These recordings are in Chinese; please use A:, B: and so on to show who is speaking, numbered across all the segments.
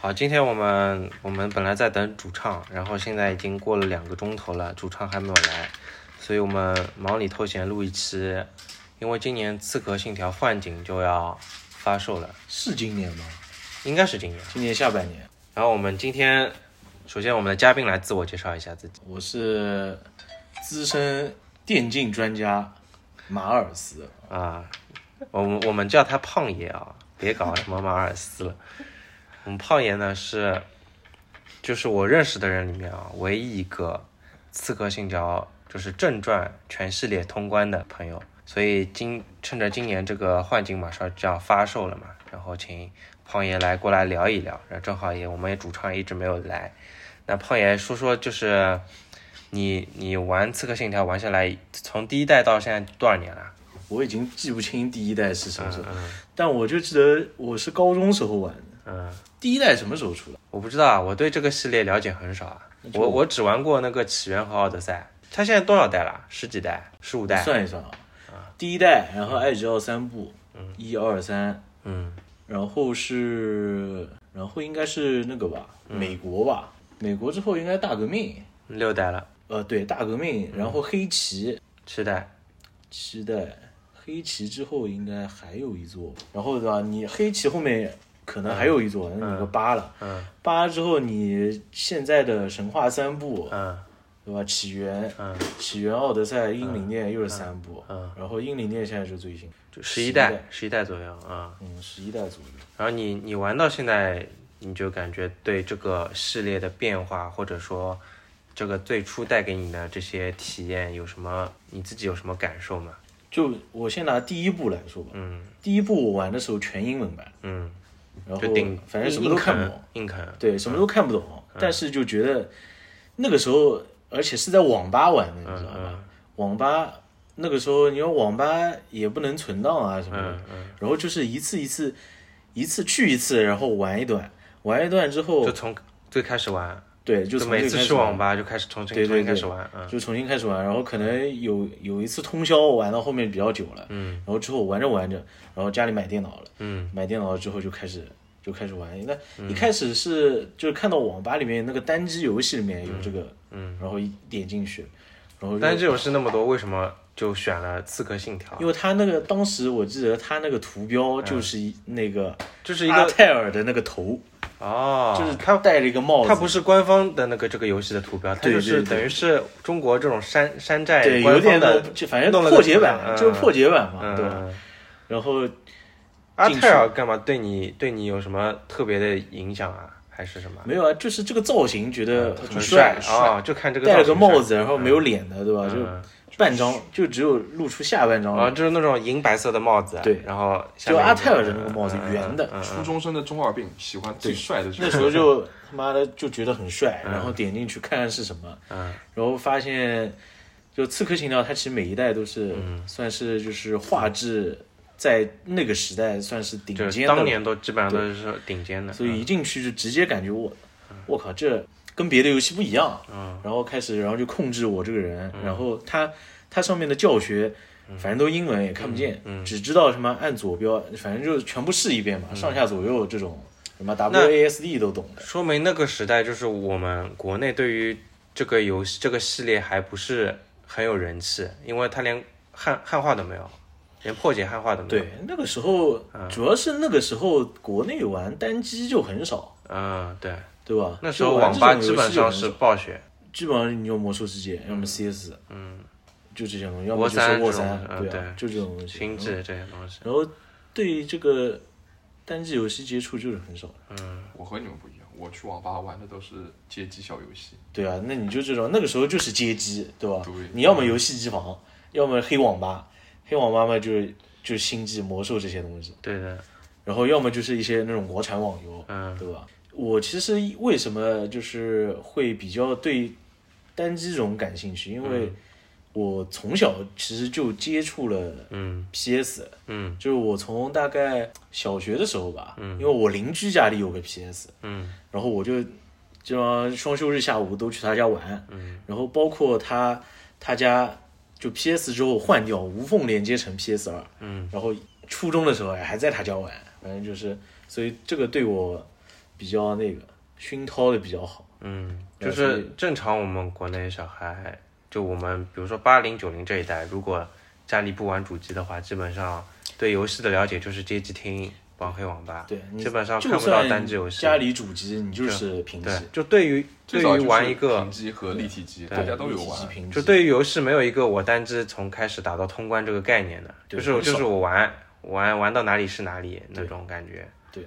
A: 好，今天我们我们本来在等主唱，然后现在已经过了两个钟头了，主唱还没有来，所以我们忙里偷闲录一期，因为今年《刺客信条：幻境》就要发售了，
B: 是今年吗？
A: 应该是今年。
B: 今年下半年。
A: 然后我们今天，首先我们的嘉宾来自我介绍一下自己。
B: 我是资深电竞专家马尔斯，
A: 啊，我们我们叫他胖爷啊，别搞什么马尔斯了。我们胖爷呢是，就是我认识的人里面啊，唯一一个《刺客信条》就是正传全系列通关的朋友。所以今趁着今年这个幻境马上就要发售了嘛，然后请胖爷来过来聊一聊。然后正好也我们也主创也一直没有来，那胖爷说说就是你你玩《刺客信条》玩下来，从第一代到现在多少年了？
B: 我已经记不清第一代是什么时候，但我就记得我是高中时候玩的。
A: 嗯，
B: 第一代什么时候出的？
A: 我不知道啊，我对这个系列了解很少啊。我我只玩过那个起源和奥德赛，它现在多少代了？十几代？十五代？嗯
B: 算一算啊，第一代，然后艾吉奥三部，一二三，
A: 嗯，
B: 然后是，然后应该是那个吧，
A: 嗯
B: 美国吧，美国之后应该大革命，
A: 六代了，
B: 呃，对，大革命，然后黑旗，
A: 七代。
B: 七代，黑旗之后应该还有一座，然后对吧？你黑旗后面可能还有一座，那你个八了，
A: 嗯
B: 八之后你现在的神话三部，
A: 嗯
B: 对吧？起源、
A: 嗯，
B: 起源、奥德赛、英灵殿又是三部，
A: 嗯
B: 然后英灵殿现在是最新，
A: 就十一
B: 11
A: 代，十一代左右啊、
B: 嗯，十一代左右。
A: 然后你你玩到现在，你就感觉对这个系列的变化，或者说这个最初带给你的这些体验，有什么你自己有什么感受吗？
B: 就我先拿第一部来说吧，
A: 嗯
B: 第一部我玩的时候全英文版，
A: 嗯，
B: 然后
A: 就顶，
B: 反正什么都看不懂，
A: 硬啃，硬啃。
B: 对，什么都看不懂，
A: 嗯
B: 但是就觉得那个时候，而且是在网吧玩
A: 嗯
B: 的，你知道吧？网吧那个时候，你说网吧也不能存档啊什么的，
A: 嗯嗯，
B: 然后就是一次一次，一次去一次，然后玩一段，玩一段之后
A: 就，从最开始玩，
B: 对，就从
A: 每次
B: 这个开
A: 去
B: 始玩
A: 网吧就开始重新
B: 对
A: 重
B: 对
A: 新开
B: 对
A: 始玩，嗯
B: 就重新开始玩，然后可能有有一次通宵玩到后面比较久了，
A: 嗯，
B: 然后之后玩着玩着，然后家里买电脑了，
A: 嗯，
B: 买电脑了之后就开始就开始玩。那一开始是就是看到网吧里面那个单机游戏里面有这个，嗯，然后一点进去，然后就
A: 但是这游戏那么多，为什么就选了《刺客信条》？啊
B: 因为他那个当时我记得他那个图标就是一那个
A: 嗯就是一
B: 阿
A: 个
B: 泰尔的那个头，
A: 哦，
B: 就是他戴了一个帽
A: 它
B: 子，
A: 不是官方的那个这个游戏的图标，它
B: 对
A: 就
B: 对
A: 是
B: 对
A: 等于是中国这种山山寨
B: 对，有
A: 官方
B: 点那
A: 的
B: 种，就反正
A: 弄了个
B: 破解
A: 图
B: 版
A: 案嗯
B: 就是破解版嘛，对吧？
A: 嗯。
B: 然后
A: 阿
B: 进
A: 泰尔干嘛对你对你有什么特别的影响啊？还是什么？
B: 没有啊，就是这个造型觉得
A: 嗯很
B: 呃帅，
A: 啊，就看这个
B: 戴了
A: 造型
B: 个帽
A: 帅
B: 子，然后没有脸的，对吧？
A: 嗯
B: 就半张，就只有露出下半张
A: 啊，
B: 脸。
A: 就是那种银白色的帽子，
B: 对
A: 然后下
B: 就
A: 面
B: 阿
A: 一
B: 泰尔的那个帽子
A: 嗯嗯
B: 圆的
A: 嗯
C: 初中生的中二病，喜欢最帅的
B: 那时候就他妈的就觉得很帅，然后点进去看看是什么，
A: 嗯
B: 然后发现就《刺客信条》，它其实每一代都是
A: 嗯
B: 算是就是画质在那个时代算是顶
A: 就是
B: 尖的
A: 当
B: 了，
A: 年都基本上都是顶尖的，
B: 所以一进去就直接感觉我，
A: 嗯
B: 我靠，这跟别的游戏不一样。然后开始，然后就控制我这个人，
A: 嗯
B: 然后他他上面的教学，反正都英文也看不见，
A: 嗯
B: 只知道什么按左标，反正就全部试一遍嘛，上下左右这种什么 WASD 都懂的。
A: 说明那个时代就是我们国内对于这个游戏这个系列还不是很有人气，因为它连汉汉化都没有，连破解汉化都没有。
B: 对，，那个时候
A: 嗯
B: 主要是那个时候国内玩单机就很少，
A: 嗯，对，
B: 对吧？
A: 那时候
B: 就玩
A: 网吧
B: 这
A: 基
B: 种游
A: 本
B: 戏就
A: 上
B: 很
A: 是
B: 少
A: 暴雪，
B: 基本上你就魔兽世界，要么 CS，嗯，就这些东西，要么
A: 沃
B: 就是
A: 三
B: 沃
A: 这种
B: 三，
A: 嗯
B: 对
A: 对
B: 啊，就这种东西。
A: 心智这些东西。
B: 然后对这个单机游戏接触就是很少的。
C: 我和你们不一样，我去网吧玩的都是街机小游戏。
B: 对啊，那你就这种，那个时候就是街机，对
A: 啊
B: 吧？
C: 对
B: 你要么游戏机房，要么黑网吧，黑网吧嘛就是就是星际、魔兽这些东西，
A: 对的，
B: 然后要么就是一些那种国产网游，
A: 嗯
B: 对吧？我其实为什么就是会比较对单机这种感兴趣，因为我从小其实就接触了
A: 嗯
B: PS，
A: 嗯
B: 就是我从大概小学的时候吧，因为我邻居家里有个 PS，
A: 嗯
B: 然后我就基本上双休日下午都去他家玩，
A: 嗯
B: 然后包括他他家就 PS 之后换掉无缝连接成 PS 二，
A: 嗯
B: 然后初中的时候哎还在他家玩，反正就是所以这个对我比较那个熏陶的比较好。
A: 嗯，
B: 对
A: 就
B: 所
A: 是正常我们国内小孩，就我们比如说八零九零这一代，如果家里不玩主机的话，基本上对游戏的了解就是街机厅、网黑网吧，
B: 对，你
A: 啊基本上
B: 就
A: 看不到
B: 算
A: 单机游戏。
B: 家里主机你就是平机
A: 对，，就对于对
C: 最早
A: 于
C: 就是
A: 玩一个嗯
C: 平，机和立体机，
A: 对
C: 大家都
B: 一
C: 有
B: 机
C: 玩。
B: 平机
A: 就对于游戏没有一个我单机从开始打到通关这个概念的，
B: 对
A: 就是
B: 很少
A: 就是我玩玩玩到哪里是哪里那种感觉。
B: 对，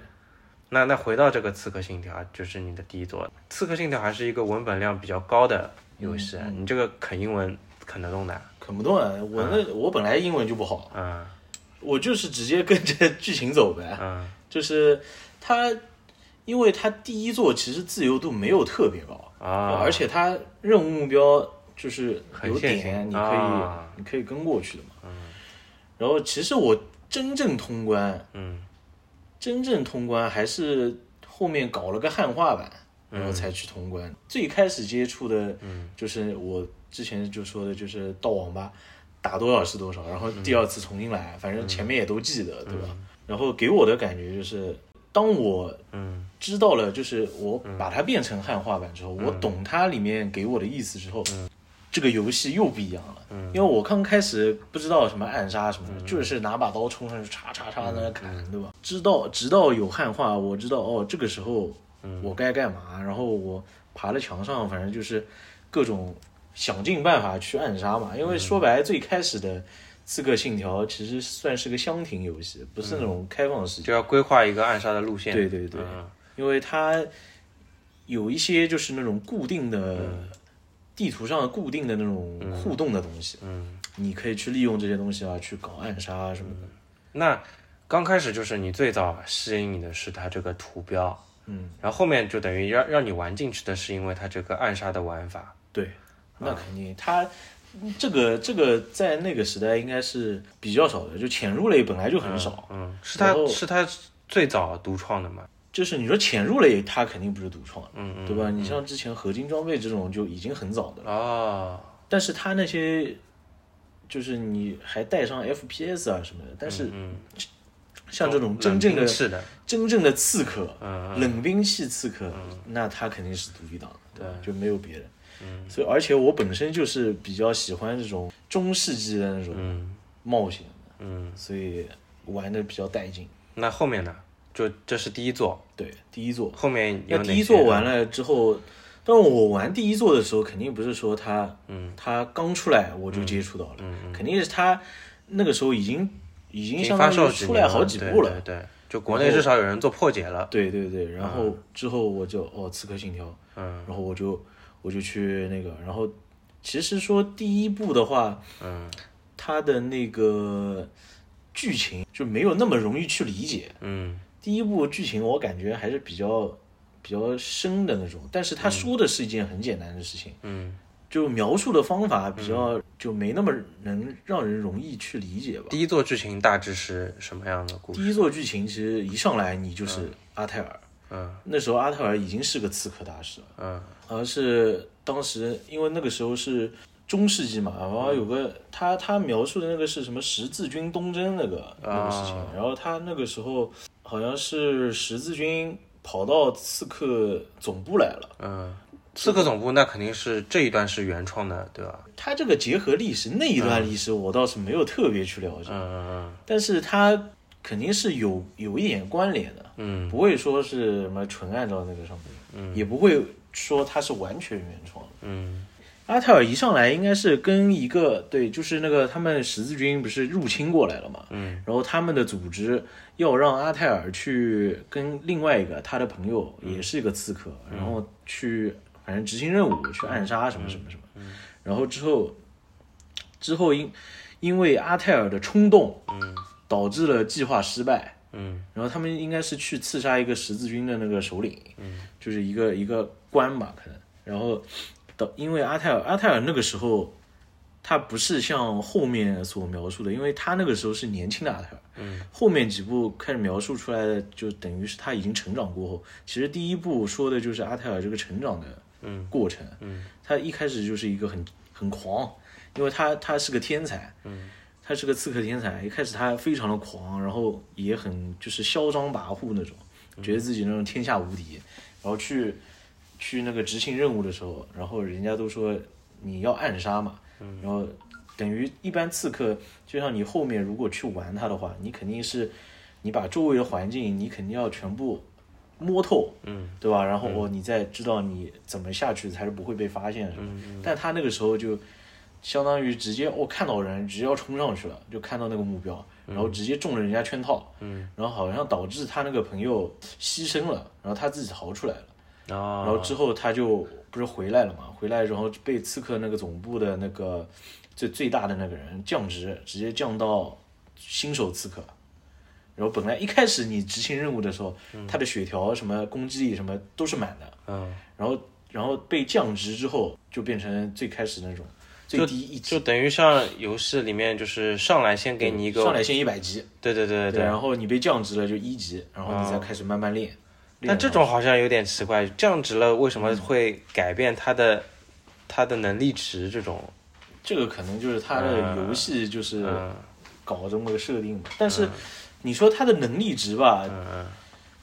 A: 那那回到这个《刺客信条》，就是你的第一作，《刺客信条》还是一个文本量比较高的
B: 嗯
A: 游戏，你这个啃英文啃得动的，
B: 啃不动啊！我那、我本来英文就不好，
A: 嗯
B: 我就是直接跟着剧情走呗。
A: 嗯
B: 就是它，因为它第一作其实自由度没有特别高，
A: 啊，
B: 而且它任务目标就是
A: 很
B: 有
A: 线性
B: 点，你可以、
A: 啊嗯
B: 你可以跟过去的嘛。然后其实我真正通关，
A: 嗯
B: 真正通关还是后面搞了个汉化版，然后才去通关。最开始接触的，就是我之前就说的，就是到网吧打多少是多少，然后第二次重新来，反正前面也都记得，对吧？然后给我的感觉就是，当我
A: 嗯
B: 知道了，就是我把它变成汉化版之后，我懂它里面给我的意思之后，这个游戏又不一样了。因为我刚开始不知道什么暗杀什么的，就是拿把刀冲上去，叉叉叉在那砍，对吧？知道直到有汉化，我知道哦，这个时候我该干嘛，然后我爬了墙上，反正就是各种想尽办法去暗杀嘛。因为说白，了，最开始的《刺客信条》其实算是个箱庭游戏，不是那种开放式。
A: 就要规划一个暗杀的路线。
B: 对对对，
A: 嗯
B: 因为它有一些就是那种固定的、
A: 嗯
B: 地图上固定的那种互动的东西，
A: 嗯，
B: 你可以去利用这些东西啊，去搞暗杀啊什么的。
A: 那刚开始就是你最早吸引你的是它这个图标，
B: 嗯，
A: 然后后面就等于让让你玩进去的是因为它这个暗杀的玩法。
B: 对，
A: 嗯
B: 那肯定，它这个这个在那个时代应该是比较少的，就潜入类本来就很少。
A: 嗯，是
B: 然
A: 他
B: 后
A: 是他最早独创的嘛？
B: 就是你说潜入类，它肯定不是独创的，
A: 嗯嗯，
B: 对吧？你像之前合金装备这种就已经很早的了，
A: 哦，
B: 但是它那些就是你还带上 FPS 啊什么的，但是
A: 嗯，
B: 像这种真正的
A: 是的，
B: 真正的刺客，
A: 嗯
B: 冷兵器刺客，那他肯定是独一档的，
A: 对嗯
B: 吧就没有别人。所以，而且我本身就是比较喜欢这种中世纪的那种
A: 嗯
B: 冒险的，
A: 嗯。
B: 所以玩的比较带劲。
A: 那后面呢？就这是第一座，
B: 对，第一座，
A: 后面有
B: 那
A: 哪
B: 第一座
A: 些
B: 完了之后，但我玩第一座的时候，肯定不是说他，
A: 嗯，
B: 他刚出来我就接触到了，肯定是他那个时候已经已
A: 已
B: 经
A: 经
B: 相
A: 发
B: 当
A: 售
B: 于
A: 几
B: 出
A: 年
B: 来好几部
A: 对，
B: 了
A: 啊对对，就国内至少有人做破解了，
B: 对对对，然后之后我就哦，刺客信条，
A: 嗯，
B: 然后我就我就去那个，然后其实说第一部的话，
A: 嗯
B: 它的那个剧情就没有那么容易去理解。
A: 嗯
B: 第一部剧情我感觉还是比较比较深的那种，但是他说的是一件很简单的事情，
A: 嗯
B: 就描述的方法比较就没那么能让人容易去理解吧。
A: 第一座剧情大致是什么样的故事？
B: 第一座剧情其实一上来你就是阿泰尔，
A: 嗯
B: 那时候阿泰尔已经是个刺客大师了。
A: 嗯
B: 而是当时因为那个时候是中世纪嘛，然后有
A: 嗯
B: 个他他描述的那个是什么十字军东征那
A: 啊
B: 个那个事情，然后他那个时候好像是十字军跑到刺客总部来了，
A: 嗯，刺客总部那肯定是这一段是原创的，对吧？
B: 他这个结合历史那一段历史我倒是没有特别去了解，
A: 嗯
B: 但是他肯定是有有一点关联的，
A: 嗯
B: 不会说是什么纯按照那个上面，也不会说它是完全原创的。
A: 嗯
B: 阿泰尔一上来应该是跟一个对，就是那个他们十字军不是入侵过来了嘛，
A: 嗯，
B: 然后他们的组织要让阿泰尔去跟另外一个他的朋友，也是一个刺客，
A: 嗯
B: 然后去反正执行任务去暗杀什么什么什么，
A: 嗯
B: 然后之后之后因因为阿泰尔的冲动，
A: 嗯
B: 导致了计划失败，
A: 嗯
B: 然后他们应该是去刺杀一个十字军的那个首领，就是一个一个官嘛，可能。然后到因为阿泰尔，阿泰尔那个时候他不是像后面所描述的，因为他那个时候是年轻的阿泰尔，嗯，后面几部开始描述出来的，就等于是他已经成长过后。其实第一部说的就是阿泰尔这个成长的
A: 嗯
B: 过程，嗯，他一开始就是一个很很狂，因为他他是个天才，嗯。他是个刺客天才，一开始他非常的狂，然后也很就是嚣张跋扈那种，觉得自己那种天下无敌，然后去去那个执行任务的时候，然后人家都说你要暗杀嘛，然后等于一般刺客，就像你后面如果去玩它的话，你肯定是你把周围的环境你肯定要全部摸透，嗯，嗯对吧？然后哦，你再知道你怎么下去才是不会被发现什么。但他那个时候就相当于直接我、哦、看到人，直接要冲上去了，就看到那个目标，
A: 嗯
B: 然后直接中了人家圈套，嗯，然后好像导致他那个朋友牺牲了，然后他自己逃出来了。然后
A: 哦，
B: 之后他就不是回来了嘛？回来然后被刺客那个总部的那个最最大的那个人降职，直接降到新手刺客。然后本来一开始你执行任务的时候，他的血条什么攻击力什么都是满的，
A: 嗯，
B: 然后然后被降职之后就变成最开始那种最低一级，
A: 就等于像游戏里面就是上来先给你一
B: 嗯上
A: 个，
B: 来啊先一百级，
A: 对对对对。
B: 然后你被降职了就一级，然后你再开始慢慢练。练
A: 但这种好像有点奇怪，降职了为什么会改变他
B: 嗯
A: 的他的能力值？这种
B: 这个可能就是他的
A: 嗯
B: 游戏就是搞这么个设定嘛。但
A: 嗯
B: 是你说他的能力值吧，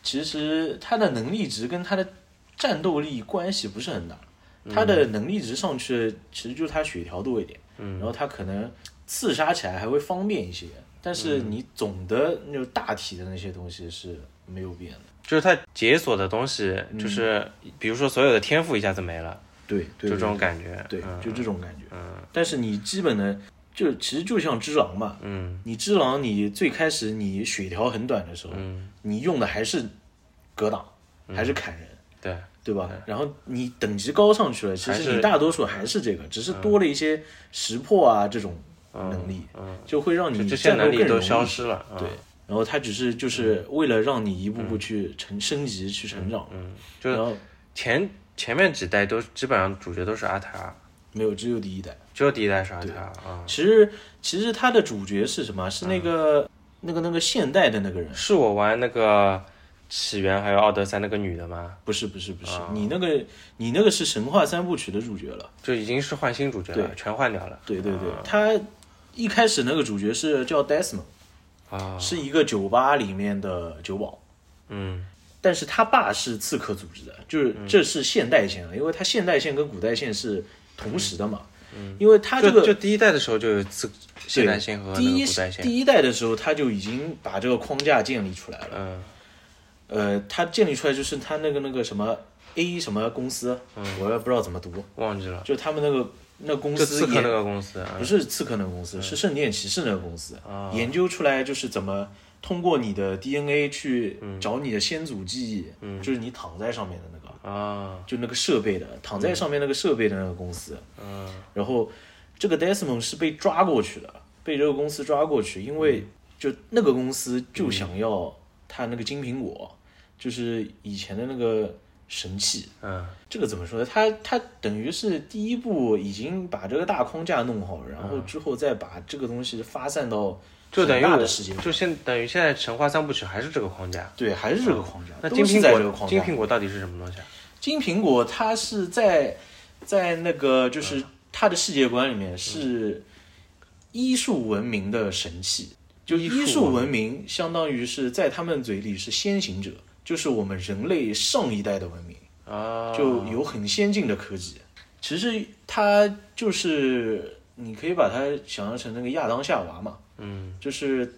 B: 其实他的能力值跟他的战斗力关系不是很大。
A: 嗯
B: 他的能力值上去，其实就是他血条多一点，
A: 嗯
B: 然后他可能刺杀起来还会方便一些。但是
A: 嗯
B: 你总的那种大体的那些东西是没有变的。
A: 就是他解锁的东西，
B: 嗯
A: 就是比如说所有的天赋一下子没了，
B: 对，
A: 就
B: 对
A: 这种感觉。
B: 对，
A: 嗯
B: 就这种感觉。但是你基本的就其实就像只狼嘛，嗯，你只狼你最开始你血条很短的时候，
A: 嗯
B: 你用的还是格挡，还是砍人，
A: 对，
B: 对吧？然后你等级高上去了，
A: 嗯
B: 其
A: 还
B: 实
A: 是嗯
B: 你大多数还是这个，只是多了一些识破啊这种能力，就会让
A: 嗯就
B: 你
A: 这些
B: 嗯战斗
A: 能
B: 更
A: 力
B: 容
A: 都
B: 易。
A: 消失了。嗯
B: 对，，然后它只是就是为了让你一步步去成升级去成长，
A: 嗯就
B: 然后
A: 前前面几代都基本上主角都是阿塔，
B: 没有只有第一代。
A: 只有第一代是阿塔啊。
B: 其实其实他的主角是什
A: 嗯
B: 么？是那个、那个那个现代的那个人？
A: 是我玩那个起源还有奥德赛那个女的吗？
B: 不是不是不是，
A: 啊
B: 你那个你那个是神话三部曲的主角了。
A: 就已经是换新主角了，全换掉了。
B: 对对对，他一开始那个主角是叫 Desmond，、
A: 啊，
B: 是一个酒吧里面的酒保，
A: 嗯
B: 但是他爸是刺客组织的，就是这是现代线了，因为他现代线跟古代线是同时的嘛。因为他这
A: 嗯
B: 个
A: 就就第一代的时候就有自现代线和
B: 第
A: 那
B: 一
A: 个古代线，
B: 第一代的时候，他就已经把这个框架建立出来了。
A: 嗯，
B: 呃，他建立出来就是他那个那个什么 A 什么公司，
A: 嗯
B: 我也不知道怎么读，
A: 忘记了，
B: 就他们那个那公
A: 就
B: 司
A: 刺客
B: 研
A: 那个公司，嗯啊
B: 不是刺客那个公司，是圣殿骑士那个公司、研究出来就是怎么通过你的 DNA 去
A: 嗯
B: 找你的先祖记忆，就是你躺在上面的那个，
A: 啊，
B: 就那个设备的躺在上面那个设备的那个公司，嗯，然后这个 Desmond 是被抓过去的，被这个公司抓过去，因
A: 嗯
B: 为就那个公司就想要他那个金苹果，就是以前的那个神器，
A: 嗯
B: 这个怎么说呢？他他等于是第一步已经把这个大框架弄好，然后之后再把这个东西发散到
A: 就等于
B: 很大
A: 我
B: 的世界，
A: 就现等于现在神话三部曲还是这个框架。
B: 对，还是这个框架，
A: 那
B: 都
A: 金
B: 是在这
A: 苹
B: 个
A: 果，
B: 框
A: 金
B: 架。
A: 苹果到底是什么东西啊？
B: 金苹果它是在在那个就是
A: 嗯
B: 它的世界观里面是医术文明的神器，就
A: 医
B: 医
A: 术
B: 术文明相当于是在他们嘴里是先行者，就是我们人类上一代的文明，
A: 啊，
B: 就有很先进的科技。其实它就是你可以把它想象成那个亚当夏娃嘛，嗯，就是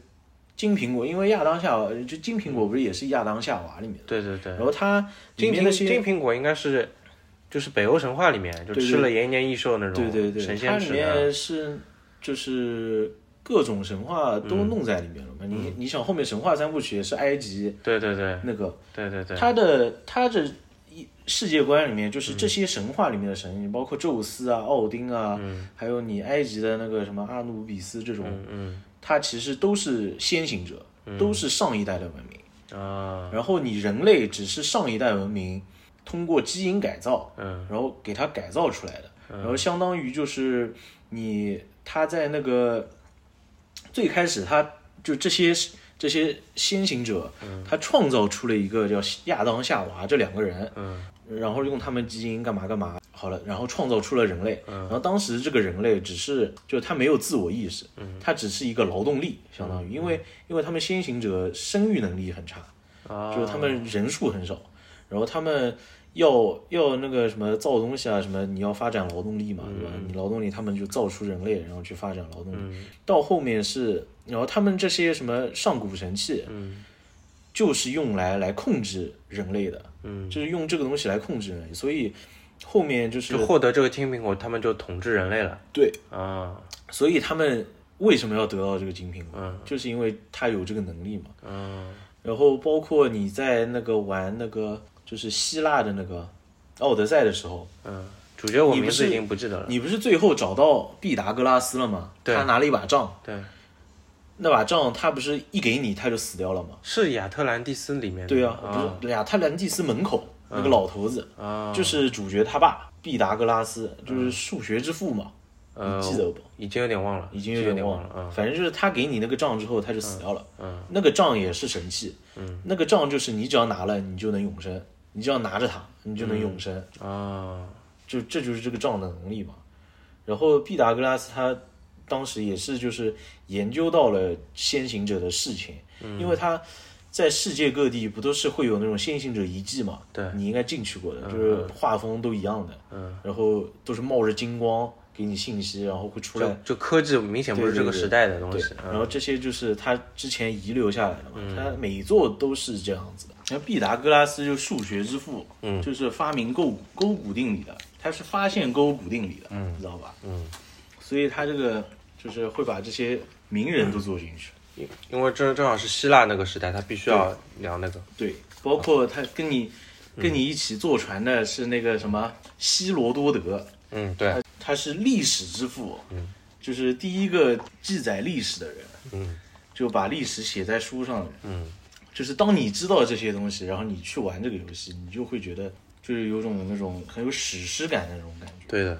B: 金苹果，因为亚当夏娃就金苹果不是也是亚当夏娃里面的，
A: 对对嗯对，
B: 然后它里
A: 金
B: 面
A: 苹
B: 那些
A: 金苹果应该是就是北欧神话里面就
B: 对对
A: 吃了延年益寿那
B: 对
A: 种
B: 对对，
A: 神
B: 它
A: 仙啊
B: 里
A: 吃的，
B: 面是就是各种神话都
A: 嗯
B: 弄在里面了嘛。你你想后面神话三部曲也是埃及
A: 对对嗯对
B: 那个，
A: 对对对，
B: 它的它的一世界观里面就是
A: 嗯
B: 这些神话里面的神，你包括宙斯啊、奥丁啊，还有你埃及的那个什么阿努比斯这种，
A: 嗯
B: 它其实都是先行者，都是上一代的文明。
A: 嗯啊
B: 然后你人类只是上一代文明通过基因改造，
A: 嗯，
B: 然后给它改造出来的，然后相当于就是你他在那个最开始他就这些这些先行者，他创造出了一个叫亚当夏娃这两个人，
A: 嗯，
B: 然后用他们基因干嘛干嘛，好了，然后创造出了人类，然后当时这个人类只是就他没有自我意识，他只是一个劳动力，相当于，因为因为他们先行者生育能力很差，
A: 啊，
B: 就是他们人数很少，然后他们要要那个什么造东西啊，什么你要发展劳动力嘛，对吧？你劳动力他们就造出人类，然后去发展劳动力。到后面是，然后他们这些什么上古神器，就是用来来控制人类的，
A: 嗯，
B: 就是用这个东西来控制人类，所以后面就是
A: 就获得这个金苹果，他们就统治人类了
B: 对，
A: 啊，
B: 所以他们为什么要得到这个金苹果？
A: 嗯
B: 就是因为他有这个能力嘛。
A: 嗯
B: 然后包括你在那个玩那个就是希腊的那个奥德赛的时候，
A: 嗯，主角我
B: 你不
A: 名字
B: 是
A: 已经不记得了，
B: 你不是最后找到毕达哥拉斯了吗？
A: 嗯对
B: 他拿了一把杖，
A: 对，
B: 那把杖他不是一给你他就死掉了吗？
A: 是亚特兰蒂斯里面的，
B: 对啊，不是
A: 嗯
B: 对呀，他兰蒂斯门口那个老头子
A: 啊，
B: 就是主角他爸毕达哥拉斯，就是数学之父嘛，
A: 呃
B: 你记得不？
A: 已经有点忘了，
B: 已经
A: 有
B: 点
A: 忘
B: 了，
A: 啊，
B: 反正就是他给你那个杖之后，他就死掉了。
A: 嗯
B: 那个杖也是神器，嗯，那个杖就是你只要拿了，你就能永生，你只要拿着它，你
A: 嗯
B: 就能永生，
A: 啊，
B: 就这就是这个杖的能力嘛。然后毕达哥拉斯他当时也是就是研究到了先行者的事情，
A: 嗯
B: 因为他在世界各地不都是会有那种先行者遗迹嘛？
A: 对嗯
B: 你应该进去过的，就是画风都一样的，嗯，然后都是冒着金光给你信息，然后会出来
A: 就就科技明显不是这个时代的东
B: 对
A: 西，，
B: 然后这些就是他之前遗留下来的嘛，他每一座都是这样子的。然后毕达哥拉斯就是数学之父，嗯，就是发明勾股勾股定理的，他是发现勾股定理的，嗯，知道吧？嗯，所以他这个就是会把这些名人都做进去，
A: 因因为正正好是希腊那个时代，他必须要聊那个，
B: 对，包括他跟你跟你一起坐船的是那个什么希罗多德，
A: 嗯，对，
B: 他是历史之父，嗯，就是第一个记载历史的人，
A: 嗯，
B: 就把历史写在书上的人，
A: 嗯，
B: 就是当你知道这些东西，然后你去玩这个游戏，你就会觉得就是有种那种很有史诗感的那种感觉。
A: 对的。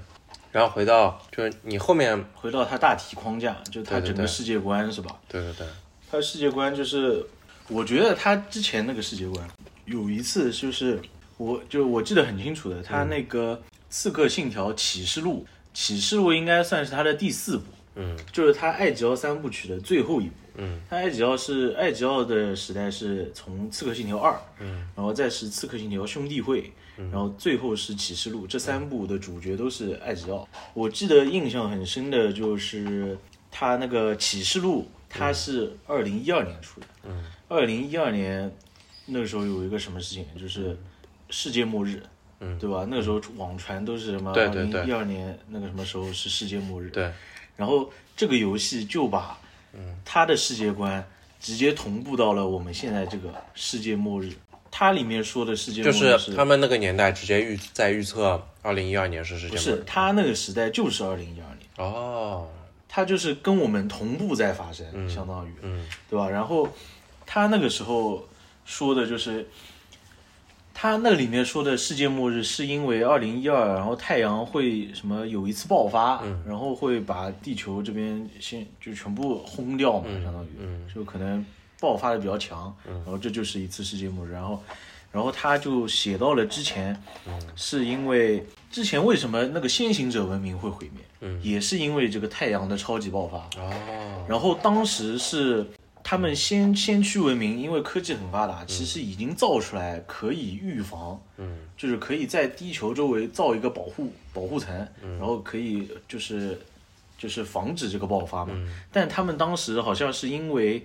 A: 然后回到就是你后面，
B: 回到它大体框架，就它
A: 对对
B: 整个
A: 对
B: 世界观是吧？
A: 对对对，
B: 他世界观就是，我觉得他之前那个世界观，有一次就是我就我记得很清楚的，他那个《刺客信条：启示录》，启示录应该算是他的第四部，
A: 嗯，
B: 就是他艾吉奥三部曲的最后一部，
A: 嗯，
B: 他艾吉奥是艾吉奥的时代是从《刺客信条二》，嗯，然后再是《刺客信条兄弟会》。
A: 嗯
B: 然后最后是启示录，这三部的主角都是艾吉奥。我记得印象很深的就是他那个启示录，它是二零一二年出的。嗯，二零一二年那个时候有一个什么事情，就是世界末日，嗯，对吧？那个时候网传都是什么
A: 对
B: 二
A: 对
B: 零
A: 对
B: 一二年那个什么时候是世界末日，
A: 对。
B: 然后这个游戏就把，嗯，它的世界观直接同步到了我们现在这个世界末日。它里面说的世界末
A: 就
B: 日
A: 是他们那个年代直接预在预测二零一二年是世界末日
B: 不是它那个时代就是二零一二年。
A: 哦，
B: 它就是跟我们同步在发生，相当于，对吧？然后他那个时候说的就是，他那里面说的世界末日是因为二零一二，然后太阳会什么有一次爆发，然后会把地球这边先就全部轰掉嘛，相当于，就可能爆发的比较强，然后这就是一次世界末日，然后。然后他就写到了之前，是因为之前为什么那个先行者文明会毁灭，也是因为这个太阳的超级爆发。
A: 哦，
B: 然后当时是他们先先驱文明，因为科技很发达，其实已经造出来可以预防，嗯，就是可以在地球周围造一个保护保护层，然后可以就是就是防止这个爆发嘛。但他们当时好像是因为，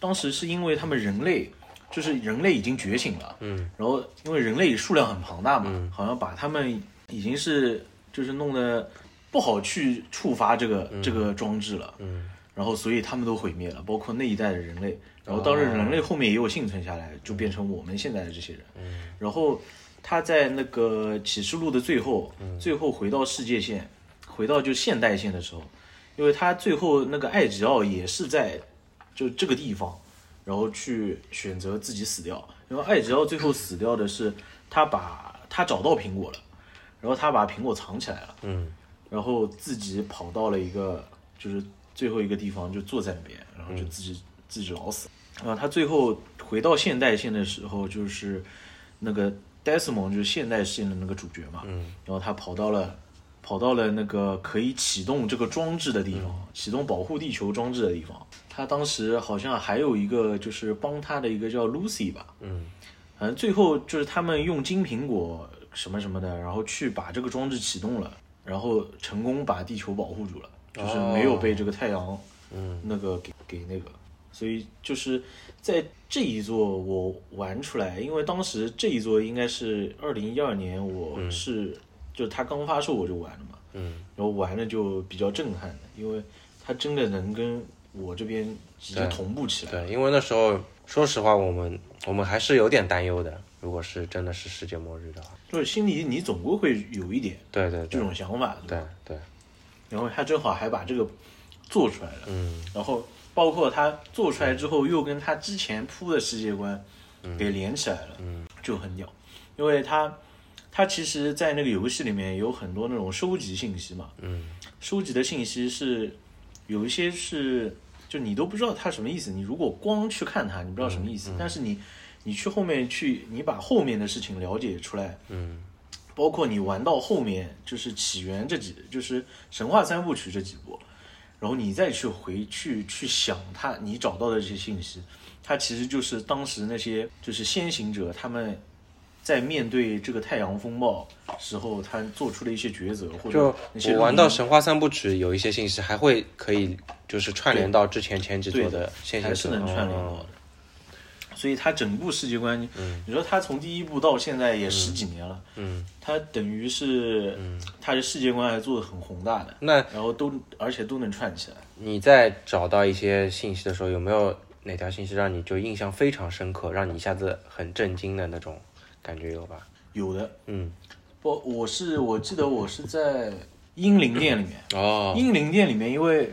B: 当时是因为他们人类。就是人类已经觉醒了，嗯，然后因为人类数量很庞大嘛，好像把他们已经是就是弄得不好去触发这个、这个装置了，然后所以他们都毁灭了，包括那一代的人类。然后当然人类后面也有幸存下来，就变成我们现在的这些人。然后他在那个启示录的最后，最后回到世界线，回到就现代线的时候，因为他最后那个艾吉奥也是在就这个地方，然后去选择自己死掉。然后艾吉奥最后死掉的是他把他找到苹果了，然后他把苹果藏起来了。
A: 嗯，
B: 然后自己跑到了一个就是最后一个地方，就坐在那边，然后就自己、自己老死。然啊后他最后回到现代线的时候，
A: 嗯
B: 就是那个 Desmond 就是现代线的那个主角嘛，然后他跑到了跑到了那个可以启动这个装置的地方，
A: 嗯
B: 启动保护地球装置的地方。他当时好像还有一个就是帮他的一个叫 Lucy 吧，
A: 嗯，
B: 反正最后就是他们用金苹果什么什么的，然后去把这个装置启动了，然后成功把地球保护住了，就是没有被这个太阳，
A: 哦嗯，
B: 那个给给那个，所以就是在这一座我玩出来，因为当时这一座应该是二零一二年，我是、就是它刚发售我就玩了嘛，
A: 嗯，
B: 然后玩的就比较震撼的，因为它真的能跟我这边直接
A: 对
B: 同步起来，
A: 对，因为那时候说实话，我们我们还是有点担忧的。如果是真的是世界末日的话，
B: 就是心里你总归会有一点
A: 对对
B: 这
A: 对
B: 种想法，
A: 对对，
B: 然后他正好还把这个做出来了，
A: 嗯，
B: 然后包括他做出来之后，又跟他之前铺的世界观给连起来了，嗯，就很屌，因为他他其实，在那个游戏里面有很多那种收集信息嘛，
A: 嗯，
B: 收集的信息是有一些是就你都不知道它什么意思，你如果光去看它，你不知道什么意
A: 嗯
B: 思，但是你你去后面去，你把后面的事情了解出来，
A: 嗯，
B: 包括你玩到后面就是起源这几，就是神话三部曲这几部，然后你再去回去去想它，你找到的这些信息，它其实就是当时那些就是先行者他们。在面对这个太阳风暴时候，他做出的一些抉择，或
A: 就
B: 者那些
A: 我玩到
B: 路
A: 神话三部曲有一些信息，还会可以就是串联到之前前几
B: 对
A: 座的线
B: 还
A: 性
B: 是能串联
A: 哦
B: 到的。所以它整部世界观，你说它从第一部到现在也十几年了，
A: 嗯，
B: 它等于是，它的世界观还做的很宏大的，
A: 那
B: 然后都而且都能串起来。
A: 你在找到一些信息的时候，有没有哪条信息让你就印象非常深刻，让你一下子很震惊的那种感觉有吧？
B: 有的，
A: 嗯，
B: 不，我是我记得我是在英灵殿里面，
A: 哦，
B: 英灵殿里面，因为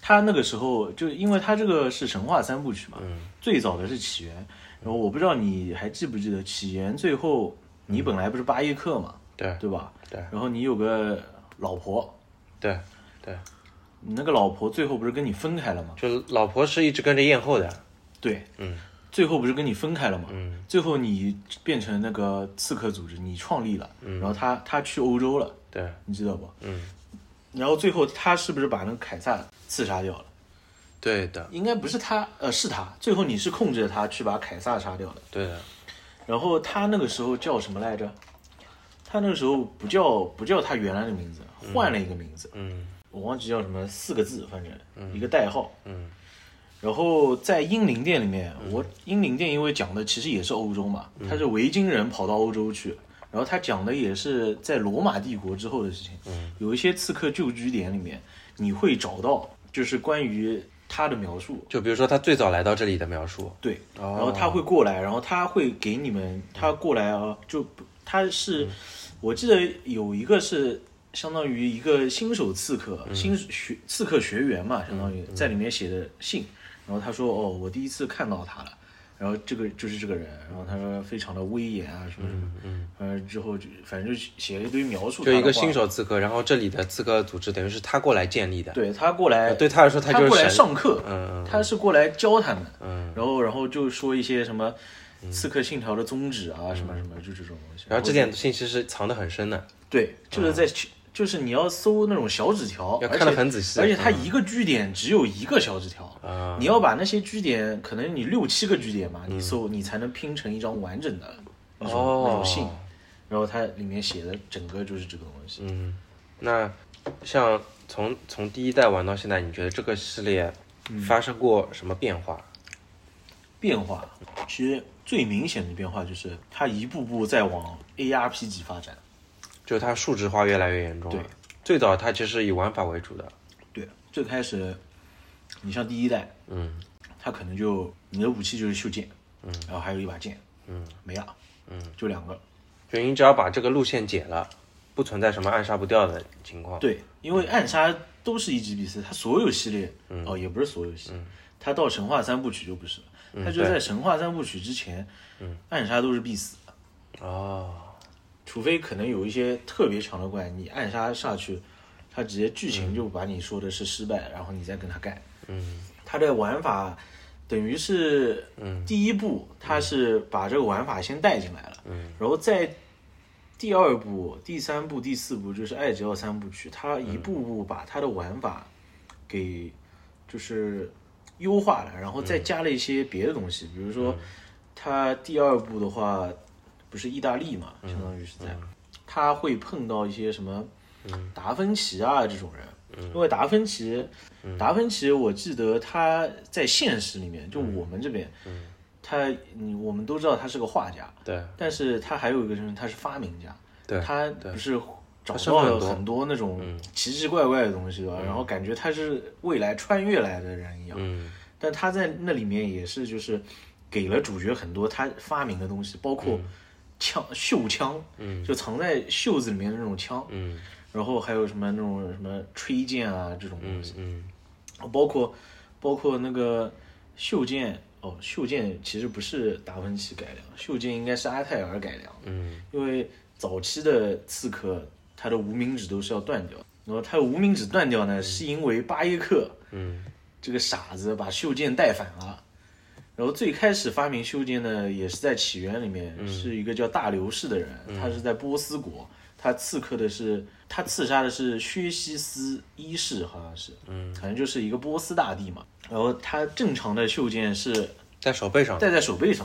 B: 它那个时候就因为它这个是神话三部曲嘛，
A: 嗯
B: 最早的是起源，然后我不知道你还记不记得起源最后你本来不是巴耶克嘛，
A: 对
B: 对吧？
A: 对
B: 然后你有个老婆，
A: 对对，
B: 你那个老婆最后不是跟你分开了吗？
A: 就老婆是一直跟着艳后的，
B: 对，
A: 嗯，
B: 最后不是跟你分开了吗？嗯，最后你变成那个刺客组织，你创立了，然后他他去欧洲了，
A: 对，
B: 你知道不？
A: 嗯，
B: 然后最后他是不是把那个凯撒刺杀掉了？
A: 对的，
B: 应该不是他，呃，是他。最后你是控制着他去把凯撒杀掉的。
A: 对的，
B: 然后他那个时候叫什么来着？他那个时候不叫不叫他原来的名字，换了一个名字，
A: 嗯
B: 我忘记叫什么四个字，反正、一个代号。
A: 嗯
B: 然后在英灵殿里面，我英灵殿因为讲的其实也是欧洲嘛，他是维京人跑到欧洲去，然后他讲的也是在罗马帝国之后的事情。有一些刺客旧居点里面，你会找到就是关于他的描述，
A: 就比如说他最早来到这里的描述，
B: 对，
A: 哦嗯
B: 然后他会过来，然后他会给你们，他过来啊，就不他是，我记得有一个是相当于一个新手刺客，
A: 嗯
B: 新学刺客学员嘛，相当于在里面写的信，然后他说哦，我第一次看到他了，然后这个就是这个人，然后他说非常的威严啊什么什么，嗯，呃之后就反正就写了一堆描述，
A: 就一个新，手刺客，然后这里的刺客组织等于是他过来建立的，
B: 对他过来，
A: 对他来说他就是
B: 过来
A: 神
B: 上课，
A: 嗯，嗯
B: 他是过来教他们，
A: 嗯，
B: 然后然后就说一些什么《刺客信条》的宗旨啊，什么什么，就这种东西。
A: 然后这点信息是藏得很深的，
B: 对，就是在、就是你要搜那种小纸条，
A: 要
B: 而
A: 看得
B: 且
A: 很仔细嗯
B: 而且它一个据点只有一个小纸条，
A: 啊
B: 你要把那些据点，可能你六七个据点嘛，你搜你才能拼成一张完整的那种、那种信
A: 嗯哦，
B: 然后它里面写的整个就是这个东西。
A: 嗯，那像从从第一代玩到现在，你觉得这个系列
B: 嗯
A: 发生过什么变化？
B: 变化，其实最明显的变化就是它一步步在往 ARPG 发展。
A: 就它数值化越来越严重了
B: 对。
A: 最早它其实以玩法为主的，
B: 对，最开始，你像第一代，
A: 嗯
B: 它可能就你的武器就是袖剑，嗯，然后还有一把剑，嗯，没了，嗯，就两个。
A: 就你只要把这个路线解了，不存在什么暗杀不掉的情况。，
B: 对，因为暗杀都是一级比斯，它所有系列，哦，也不是所有系列，它到神话三部曲就不是了，它就
A: 对
B: 在神话三部曲之前，嗯，暗杀都是必死的，
A: 哦，
B: 除非可能有一些特别强的怪，你暗杀下去，它直接剧情就把你说的是失败，然后你再跟他干。
A: 嗯
B: 它的玩法等于是，第一步它是把这个玩法先带进来了，然后在第二部、第三部、第四部就是《艾吉奥》三部曲，它一步步把它的玩法给就是优化了，然后再加了一些别的东西，比如说它第二部的话，不是意大利嘛，相当于是在，他会碰到一些什么
A: 嗯
B: 达芬奇啊这种人，因为达芬奇，
A: 嗯
B: 达芬奇我记得他在现实里面，就
A: 嗯
B: 我们这边，他你我们都知道他是个画家。
A: 对，
B: 但是他还有一个身份，他是发明家，
A: 对
B: 他不是找
A: 他身
B: 到
A: 份很
B: 了
A: 多嗯
B: 很多那种奇奇怪怪的东西吧，然后感觉他是未来穿越来的人一样，
A: 嗯
B: 但他在那里面也是就是给了主角很多他发明的东西，包括枪、袖枪，
A: 嗯
B: 就藏在袖子里面的那种枪，
A: 嗯
B: 然后还有什么那种什么吹剑啊这种东
A: 嗯
B: 西，哦
A: 嗯
B: 包括包括那个袖剑。哦，袖剑其实不是达芬奇改良，袖剑应该是阿泰尔改良。
A: 嗯
B: 因为早期的刺客，他的无名指都是要断掉的。然后他的无名指断掉呢，是因为巴耶克
A: 嗯
B: 这个傻子把袖剑带反了。然后最开始发明袖剑呢，也是在起源里面，
A: 嗯
B: 是一个叫大流士的人，他是在波斯国，他刺客的是他刺杀的是薛西斯一世，好像是，嗯，反正就是一个波斯大帝嘛。然后他正常的袖剑是
A: 在手背上嗯的，
B: 戴在手背上。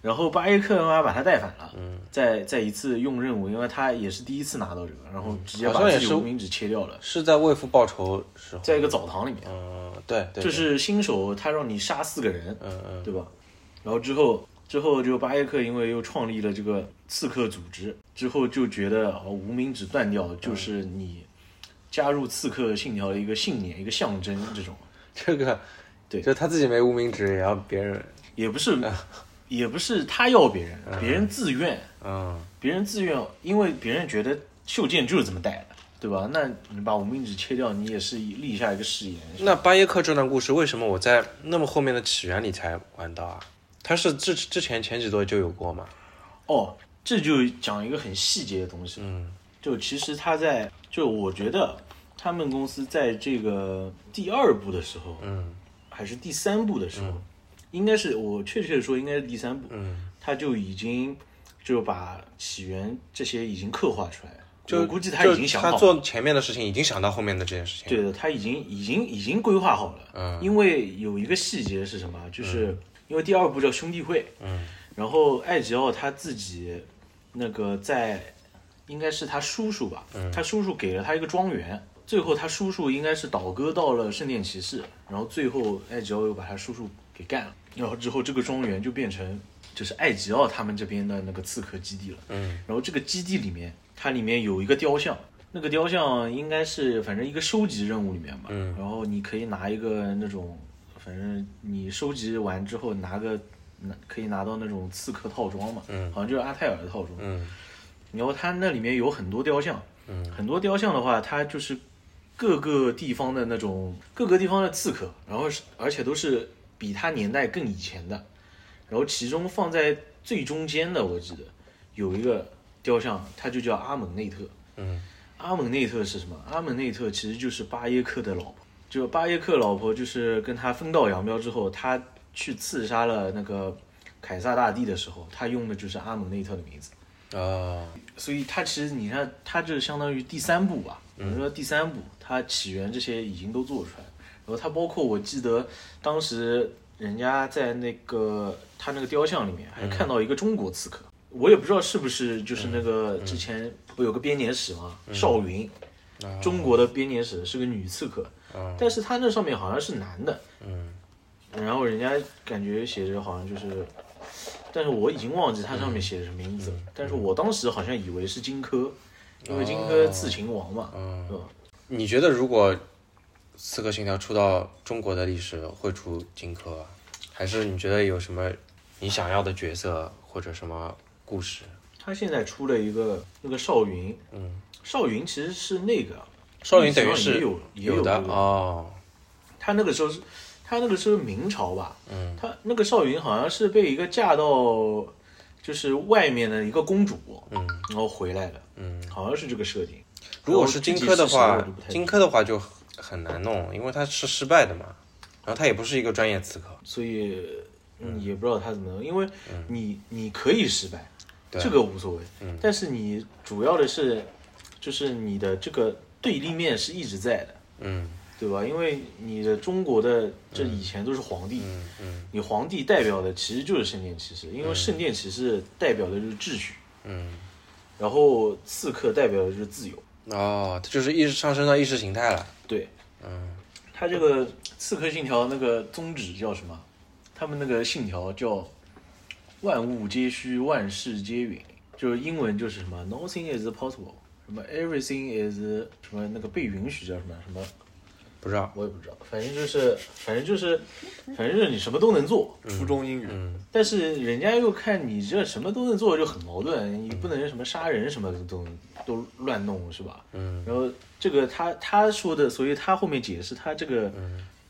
B: 然后巴耶克妈把他带反了，
A: 嗯
B: 在在一次用任务，因为他也是第一次拿到这个，然后直接
A: 好
B: 把
A: 像
B: 自
A: 也
B: 己
A: 是
B: 无名指切掉了，
A: 是在为父报仇时候，
B: 在一个澡堂里面，
A: 嗯，对对，
B: 就
A: 对
B: 是新手他让你杀四个人，
A: 嗯嗯
B: 对吧？然后之后之后就巴耶克因为又创立了这个刺客组织，之后就觉得哦，无名指断掉就是
A: 嗯
B: 你加入刺客信条的一个信念，一个象征这种。
A: 这个，
B: 对
A: 就他自己没无名指，也要别人，
B: 也不是， 也不是他要别人，别人自愿，
A: 嗯
B: 别人自愿，因为别人觉得袖剑就是这么戴的，对吧？那你把无名指切掉，你也是立下一个誓言。
A: 那巴耶克这段故事为什么我在那么后面的起源里才玩到啊？他是之之前前几座就有过嘛？
B: 哦，这就讲一个很细节的东西，
A: 嗯
B: 就其实他在，就我觉得他们公司在这个第二部的时候，
A: 嗯
B: 还是第三部的时候，应该是我确切的说，应该是第三部，
A: 嗯，
B: 他就已经就把起源这些已经刻画出来了。
A: 就
B: 我估计他
A: 就
B: 已经想好
A: 他
B: 了
A: 做前面的事情，已经想到后面的这件事情。
B: 对的，他已经已经已经规划好了。
A: 嗯
B: 因为有一个细节是什么？就是、因为第二部叫兄弟会，
A: 嗯
B: 然后艾吉奥他自己那个在，应该是他叔叔吧，
A: 嗯
B: 他叔叔给了他一个庄园。最后他叔叔应该是倒戈到了圣殿骑士，然后最后艾吉奥又把他叔叔给干了，然后之后这个庄园就变成就是艾吉奥他们这边的那个刺客基地了。
A: 嗯
B: 然后这个基地里面，它里面有一个雕像，那个雕像应该是反正一个收集任务里面吧，
A: 嗯
B: 然后你可以拿一个那种，反正你收集完之后拿个拿可以拿到那种刺客套装嘛，
A: 嗯
B: 好像就是阿泰尔的套装，
A: 嗯
B: 然后它那里面有很多雕像，
A: 嗯
B: 很多雕像的话，它就是各个地方的那种各个地方的刺客，然后是而且都是比它年代更以前的，然后其中放在最中间的，我记得有一个雕像，它就叫阿蒙内特。
A: 嗯
B: 阿蒙内特是什么？阿蒙内特其实就是巴耶克的老婆，就巴耶克老婆就是跟他分道扬镳之后，他去刺杀了那个凯撒大帝的时候，他用的就是阿蒙内特的名字。
A: 哦
B: 所以它其实你看，它这相当于第三部吧，我们说第三部，它起源这些已经都做出来了，然后它包括我记得当时人家在那个他那个雕像里面还看到一个中国刺客，我也不知道是不是就是那个之前不有个编年史吗？邵云，中国的编年史是个女刺客，
A: 哦
B: 但是他那上面好像是男的，
A: 嗯
B: 然后人家感觉写着好像就是，但是我已经忘记它
A: 嗯
B: 上面写的什么名字了。但是我当时好像以为是荆轲，因为荆轲刺秦王嘛，
A: 嗯，
B: 对吧？
A: 你觉得如果《刺客信条》出到中国的历史，会出荆轲啊，还是你觉得有什么你想要的角色或者什么故事？
B: 他现在出了一个那个邵云，
A: 嗯，
B: 邵云其实是那个啊
A: 少林等于
B: 历史上也
A: 是
B: 有也
A: 有的
B: 这个
A: 哦，
B: 他那个时候是，他那个时候明朝吧，
A: 嗯，
B: 他那个邵云好像是被一个嫁到就是外面的一个公主，
A: 嗯，
B: 然后回来的，
A: 嗯，
B: 好像是这个设定。
A: 如果是荆轲的话
B: 然后具体是谁我就不太，
A: 荆轲的话就很很难弄，因为他是失败的嘛，然后他也不是一个专业刺客，嗯
B: 所以嗯也不知道他怎么弄，因为你你可以失败，
A: 对
B: 这个无所谓。但是你主要的是，就是你的这个对立面是一直在的，
A: 嗯
B: 对吧？因为你的中国的这以前都是皇帝，
A: 嗯嗯
B: 你皇帝代表的其实就是圣殿骑士，因为圣殿骑士代表的就是秩序，
A: 嗯，
B: 然后刺客代表的就是自由。
A: 哦，它就是意识上升到意识形态了，
B: 对，
A: 嗯
B: 他这个《刺客信条》那个宗旨叫什么？他们那个信条叫“万物皆虚，万事皆允”，就是英文就是什么 “Nothing is possible”，什么 “Everything is” 什么那个被允许叫什么什么，
A: 不知道，
B: 我也不知道，反正就是反正就是反正就是你什么都能做，
C: 初中英语，
A: 嗯
B: 但是人家又看你这什么都能做就很矛盾，你不能什么杀人什么的都都乱弄是吧？
A: 嗯
B: 然后这个他他说的，所以他后面解释他这个，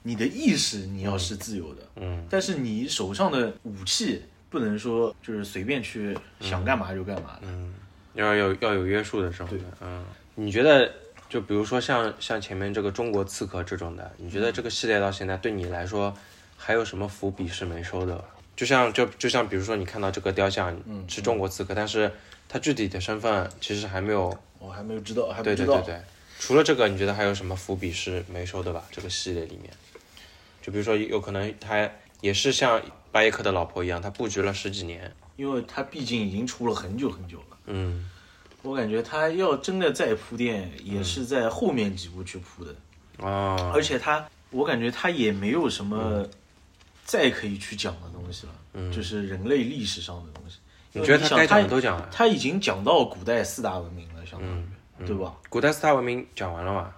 B: 你的意识你要是自由的，
A: 嗯
B: 但是你手上的武器不能说就是随便去想干嘛就干嘛的。
A: 嗯，要有要有约束的这种
B: 对
A: 的，嗯，你觉得就比如说像像前面这个中国刺客这种的，你觉得这个系列到现在对你来说还有什么伏笔是没收的？就像就就像比如说你看到这个雕像
B: 嗯
A: 是中国刺客，但是他具体的身份其实还没有
B: 我还没有知道，还不
A: 对
B: 知
A: 对
B: 道。
A: 对对，除了这个，你觉得还有什么伏笔是没收的吧？这个系列里面，就比如说有可能他也是像巴耶克的老婆一样，他布局了十几年。
B: 因为他毕竟已经出了很久很久了，
A: 嗯
B: 我感觉他要真的再铺垫，也是在后面几部去铺的。
A: 啊，
B: 而且他，我感觉他也没有什
A: 嗯
B: 么再可以去讲的东西了，就是人类历史上的东西。
A: 你
B: 因为
A: 觉得
B: 你
A: 他
B: 想
A: 该
B: 他
A: 讲的都讲了？
B: 他已经讲到古代四大文明了，相当
A: 嗯
B: 于，对吧？
A: 古代四大文明讲完了嘛？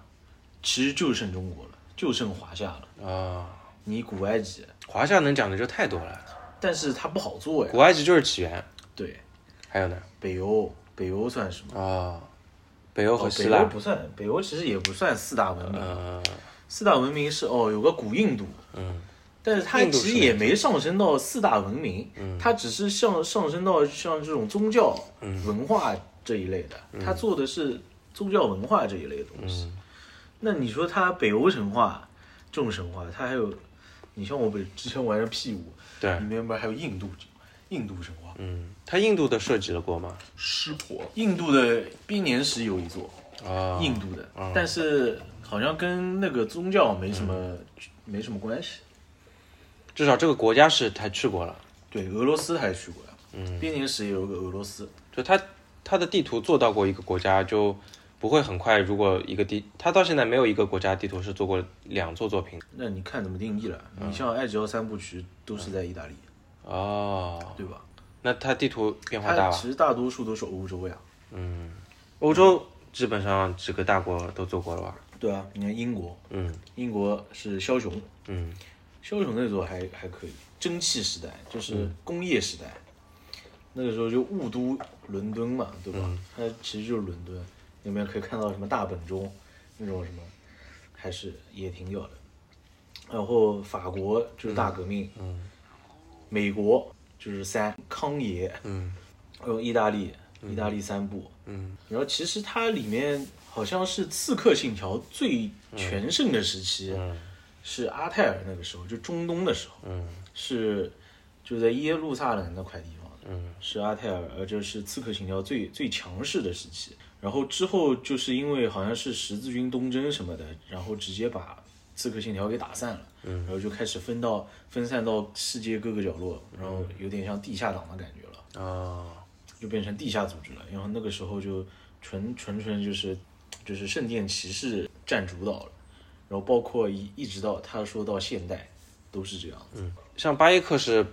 B: 其实就剩中国了，就剩华夏了。
A: 啊，
B: 你古埃及，
A: 华夏能讲的就太多了。
B: 但是它不好做呀。
A: 古埃及就是起源，
B: 对，
A: 还有呢？
B: 北欧，北欧算什么？
A: 啊，北欧和
B: 哦，
A: 希
B: 北欧
A: 腊。
B: 不算，北欧其实也不算四大文明。
A: 嗯
B: 四大文明是哦，有个古印度，
A: 嗯，
B: 但是它
A: 印度
B: 其
A: 是
B: 实也没上升到四大文明，
A: 嗯
B: 它只是像上升到像这种宗教、
A: 嗯
B: 文化这一类的，它做的是宗教文化这一类的东西。
A: 嗯
B: 那你说它北欧神话这种神话，它还有，你像我北之前玩的 P 五，
A: 对
B: 里，面不是还有印度印度神话，
A: 嗯，他印度的涉及了过吗？
C: 湿婆，
B: 印度的编年史有一座，
A: 啊，
B: 印度的，但是好像跟那个宗教没什么、没什么关系。
A: 至少这个国家是他去过了。
B: 对，俄罗斯还去过呀。嗯，编年史也有个俄罗斯。
A: 就它它的地图做到过一个国家，就不会很快。如果一个地，它到现在没有一个国家地图是做过两座作品。
B: 那你看怎么定义了？你像《艾吉奥三部曲》都是在意大利，
A: 哦，
B: 对吧？
A: 那它地图变化大
B: 它
A: 吧？
B: 其实大多数都是欧洲呀。
A: 欧洲基本上几个大国都做过了吧？
B: 对啊，你看英国，
A: 嗯
B: 英国是枭雄，
A: 嗯
B: 枭雄那时候还还可以，蒸汽时代
A: 嗯
B: 就是工业时代，那个时候就雾都伦敦嘛，对吧？
A: 嗯
B: 它其实就是伦敦，里面可以看到什么大本钟那种什么，还是也挺屌的。然后法国就是大革命，嗯，美国就是三康爷，
A: 嗯
B: 然后意大利，意大利三部，
A: 嗯
B: 然后其实它里面好像是《刺客信条》最全盛的时期，是阿泰尔那个时候，就中东的时候，
A: 嗯
B: 是就在耶路撒冷那块地方，
A: 嗯
B: 是阿泰尔，呃，就是《刺客信条最》最强势的时期。然后之后就是因为好像是十字军东征什么的，然后直接把《刺客信条》给打散了，
A: 嗯
B: 然后就开始分到分散到世界各个角落，然后有点像地下党的感觉了。
A: 哦
B: 就变成地下组织了。然后那个时候就纯纯纯就是就是圣殿骑士占主导了，然后包括一一直到他说到现代都是这样子。嗯
A: 像巴耶克是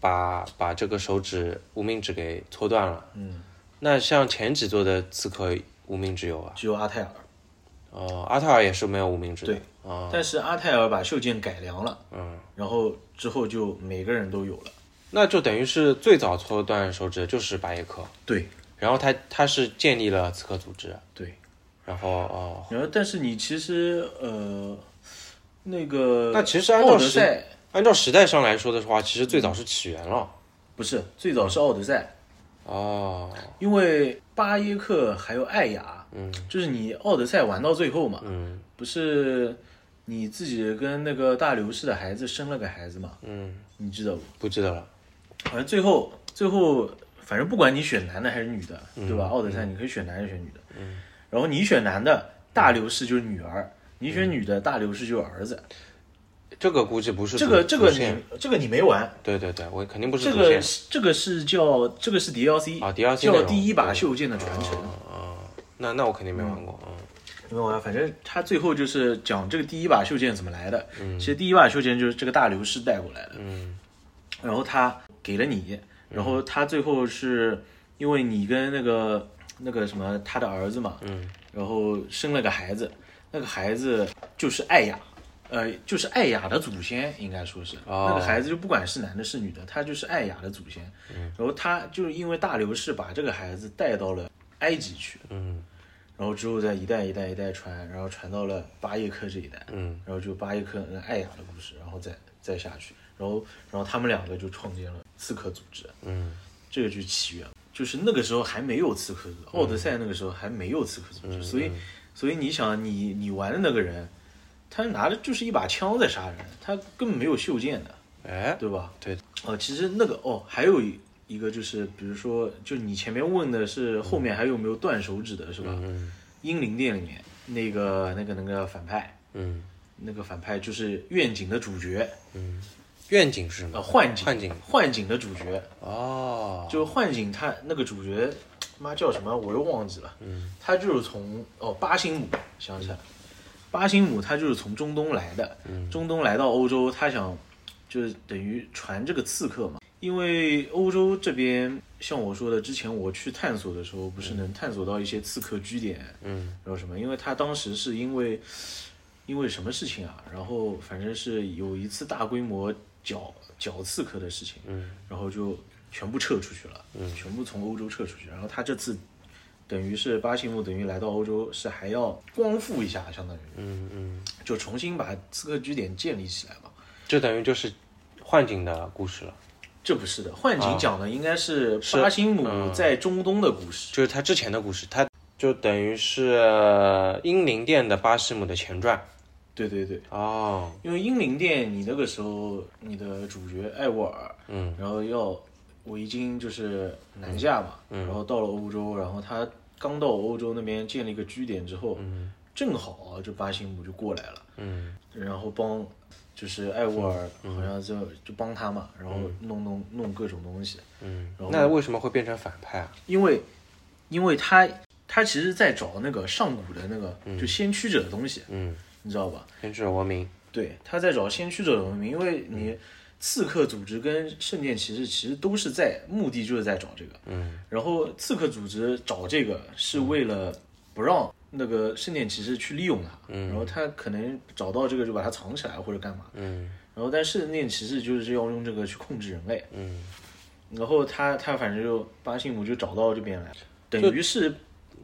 A: 把把这个手指无名指给搓断了。
B: 嗯，
A: 那像前几座的刺客无名指有啊？
B: 只有阿泰尔，
A: 哦，阿塔尔也是没有无名指的。
B: 对
A: 啊，
B: 但是阿泰尔把袖剑改良了，
A: 嗯，
B: 然后之后就每个人都有了。
A: 那就等于是最早搓断手指的就是巴耶克。
B: 对
A: 然后他他是建立了刺客组织，啊
B: 对，
A: 然后哦，
B: 然后但是你其实呃那个
A: 那其实按照
B: 奥德
A: 时
B: 赛
A: 按照时代上来说的话，其实最早是起源了。
B: 不是最早是奥德赛，
A: 哦，
B: 因为巴耶克还有艾雅，嗯，就是你奥德赛玩到最后嘛，
A: 嗯
B: 不是你自己跟那个大流士的孩子生了个孩子嘛，
A: 嗯，
B: 你记得不？
A: 不记得了。
B: 好像最后最后反正不管你选男的还是女的，
A: 嗯
B: 对吧？奥德赛你可以选男的选女的，然后你选男的大流士就是女儿，你
A: 嗯
B: 选女的大流士就是儿子。
A: 这个估计不是
B: 这个
A: 主
B: 这个
A: 主线
B: 你这个你没玩，
A: 对对对，我肯定不是
B: 这
A: 主
B: 个
A: 线
B: 是这个是叫这个是 DLC
A: 啊 DLC 内
B: 叫
A: 容
B: 第一把袖剑的传承。
A: 啊，那那我肯定没玩过，嗯
B: 没有啊，反正他最后就是讲这个第一把袖剑怎么来的。其实第一把袖剑就是这个大流士带过来的，
A: 嗯
B: 然后他给了你，然后他最后是因为你跟那个那个什么他的儿子嘛，
A: 嗯
B: 然后生了个孩子，那个孩子就是艾雅，呃，就是艾雅的祖先，应该说是、
A: 哦
B: 那个孩子就不管是男的是女的，他就是艾雅的祖先。
A: 嗯
B: 然后他就是因为大流士把这个孩子带到了埃及去，
A: 嗯
B: 然后之后再一代一代一代传，然后传到了巴耶克这一代，
A: 嗯，
B: 然后就巴耶克跟艾雅的故事，然后再再下去，然后然后他们两个就创建了刺客组织，
A: 嗯
B: 这个就是起源，就是那个时候还没有刺客组织，奥德赛那个时候还没有刺客组织，
A: 嗯
B: 所以所以你想你你玩的那个人，他拿的就是一把枪在杀人，他根本没有袖剑的，
A: 哎，
B: 对吧？
A: 对，
B: 哦，其实那个哦，还有一一个就是，比如说，就你前面问的是后面还有没有断手指的是吧？
A: 嗯
B: 英灵殿里面那个那个那个反派，
A: 嗯
B: 那个反派就是愿景的主角，
A: 嗯，愿景是
B: 呃，
A: 吗？
B: 幻景，
A: 嗯幻景
B: 幻景的主角，
A: 哦，
B: 就幻景他那个主角，妈叫什么我又忘记了，嗯，他就是从哦巴辛姆想起来了，巴辛姆他就是从中东来的，
A: 嗯
B: 中东来到欧洲，他想就是等于传这个刺客嘛，因为欧洲这边像我说的，之前我去探索的时候，不是能探索到一些刺客据点，
A: 嗯
B: 然后什么？因为他当时是因为因为什么事情啊？然后反正是有一次大规模剿剿刺客的事情，
A: 嗯，
B: 然后就全部撤出去了，嗯，全部从欧洲撤出去。然后他这次等于是巴西姆等于来到欧洲是还要光复一下，相当于
A: 嗯嗯，
B: 就重新把刺客据点建立起来嘛。
A: 这等于就是幻景的故事了，
B: 这不是的，幻景讲的应该是
A: 啊是
B: 巴辛姆
A: 嗯
B: 在中东的故事。
A: 就是他之前的故事，他就等于是英灵殿的巴西姆的前传
B: 对对对，
A: 哦，
B: 因为英灵殿，你那个时候你的主角艾沃尔，
A: 嗯，
B: 然后要维京就是南下嘛，
A: 嗯
B: 然后到了欧洲，然后他刚到欧洲那边建立一个据点之后，正好这巴辛姆就过来了，
A: 嗯
B: 然后帮就是艾沃尔好像就、就帮他嘛，然后弄弄弄各种东西，
A: 嗯
B: 然后，
A: 那为什么会变成反派啊？
B: 因为因为他他其实在找那个上古的那个、就先驱者的东西，
A: 嗯，
B: 你知道吧？
A: 天之文明，
B: 对，他在找先驱者的文明，因为
A: 嗯
B: 你刺客组织跟圣殿骑士其实都是在目的就是在找这个，
A: 嗯，
B: 然后刺客组织找这个是为了不让那个圣殿骑士去利用它，嗯，然后他可能找到这个就把它藏起来或者干嘛，
A: 嗯
B: 然后但圣殿骑士就是要用这个去控制人类，
A: 嗯，
B: 然后他他反正就巴辛姆就找到这边来，等于是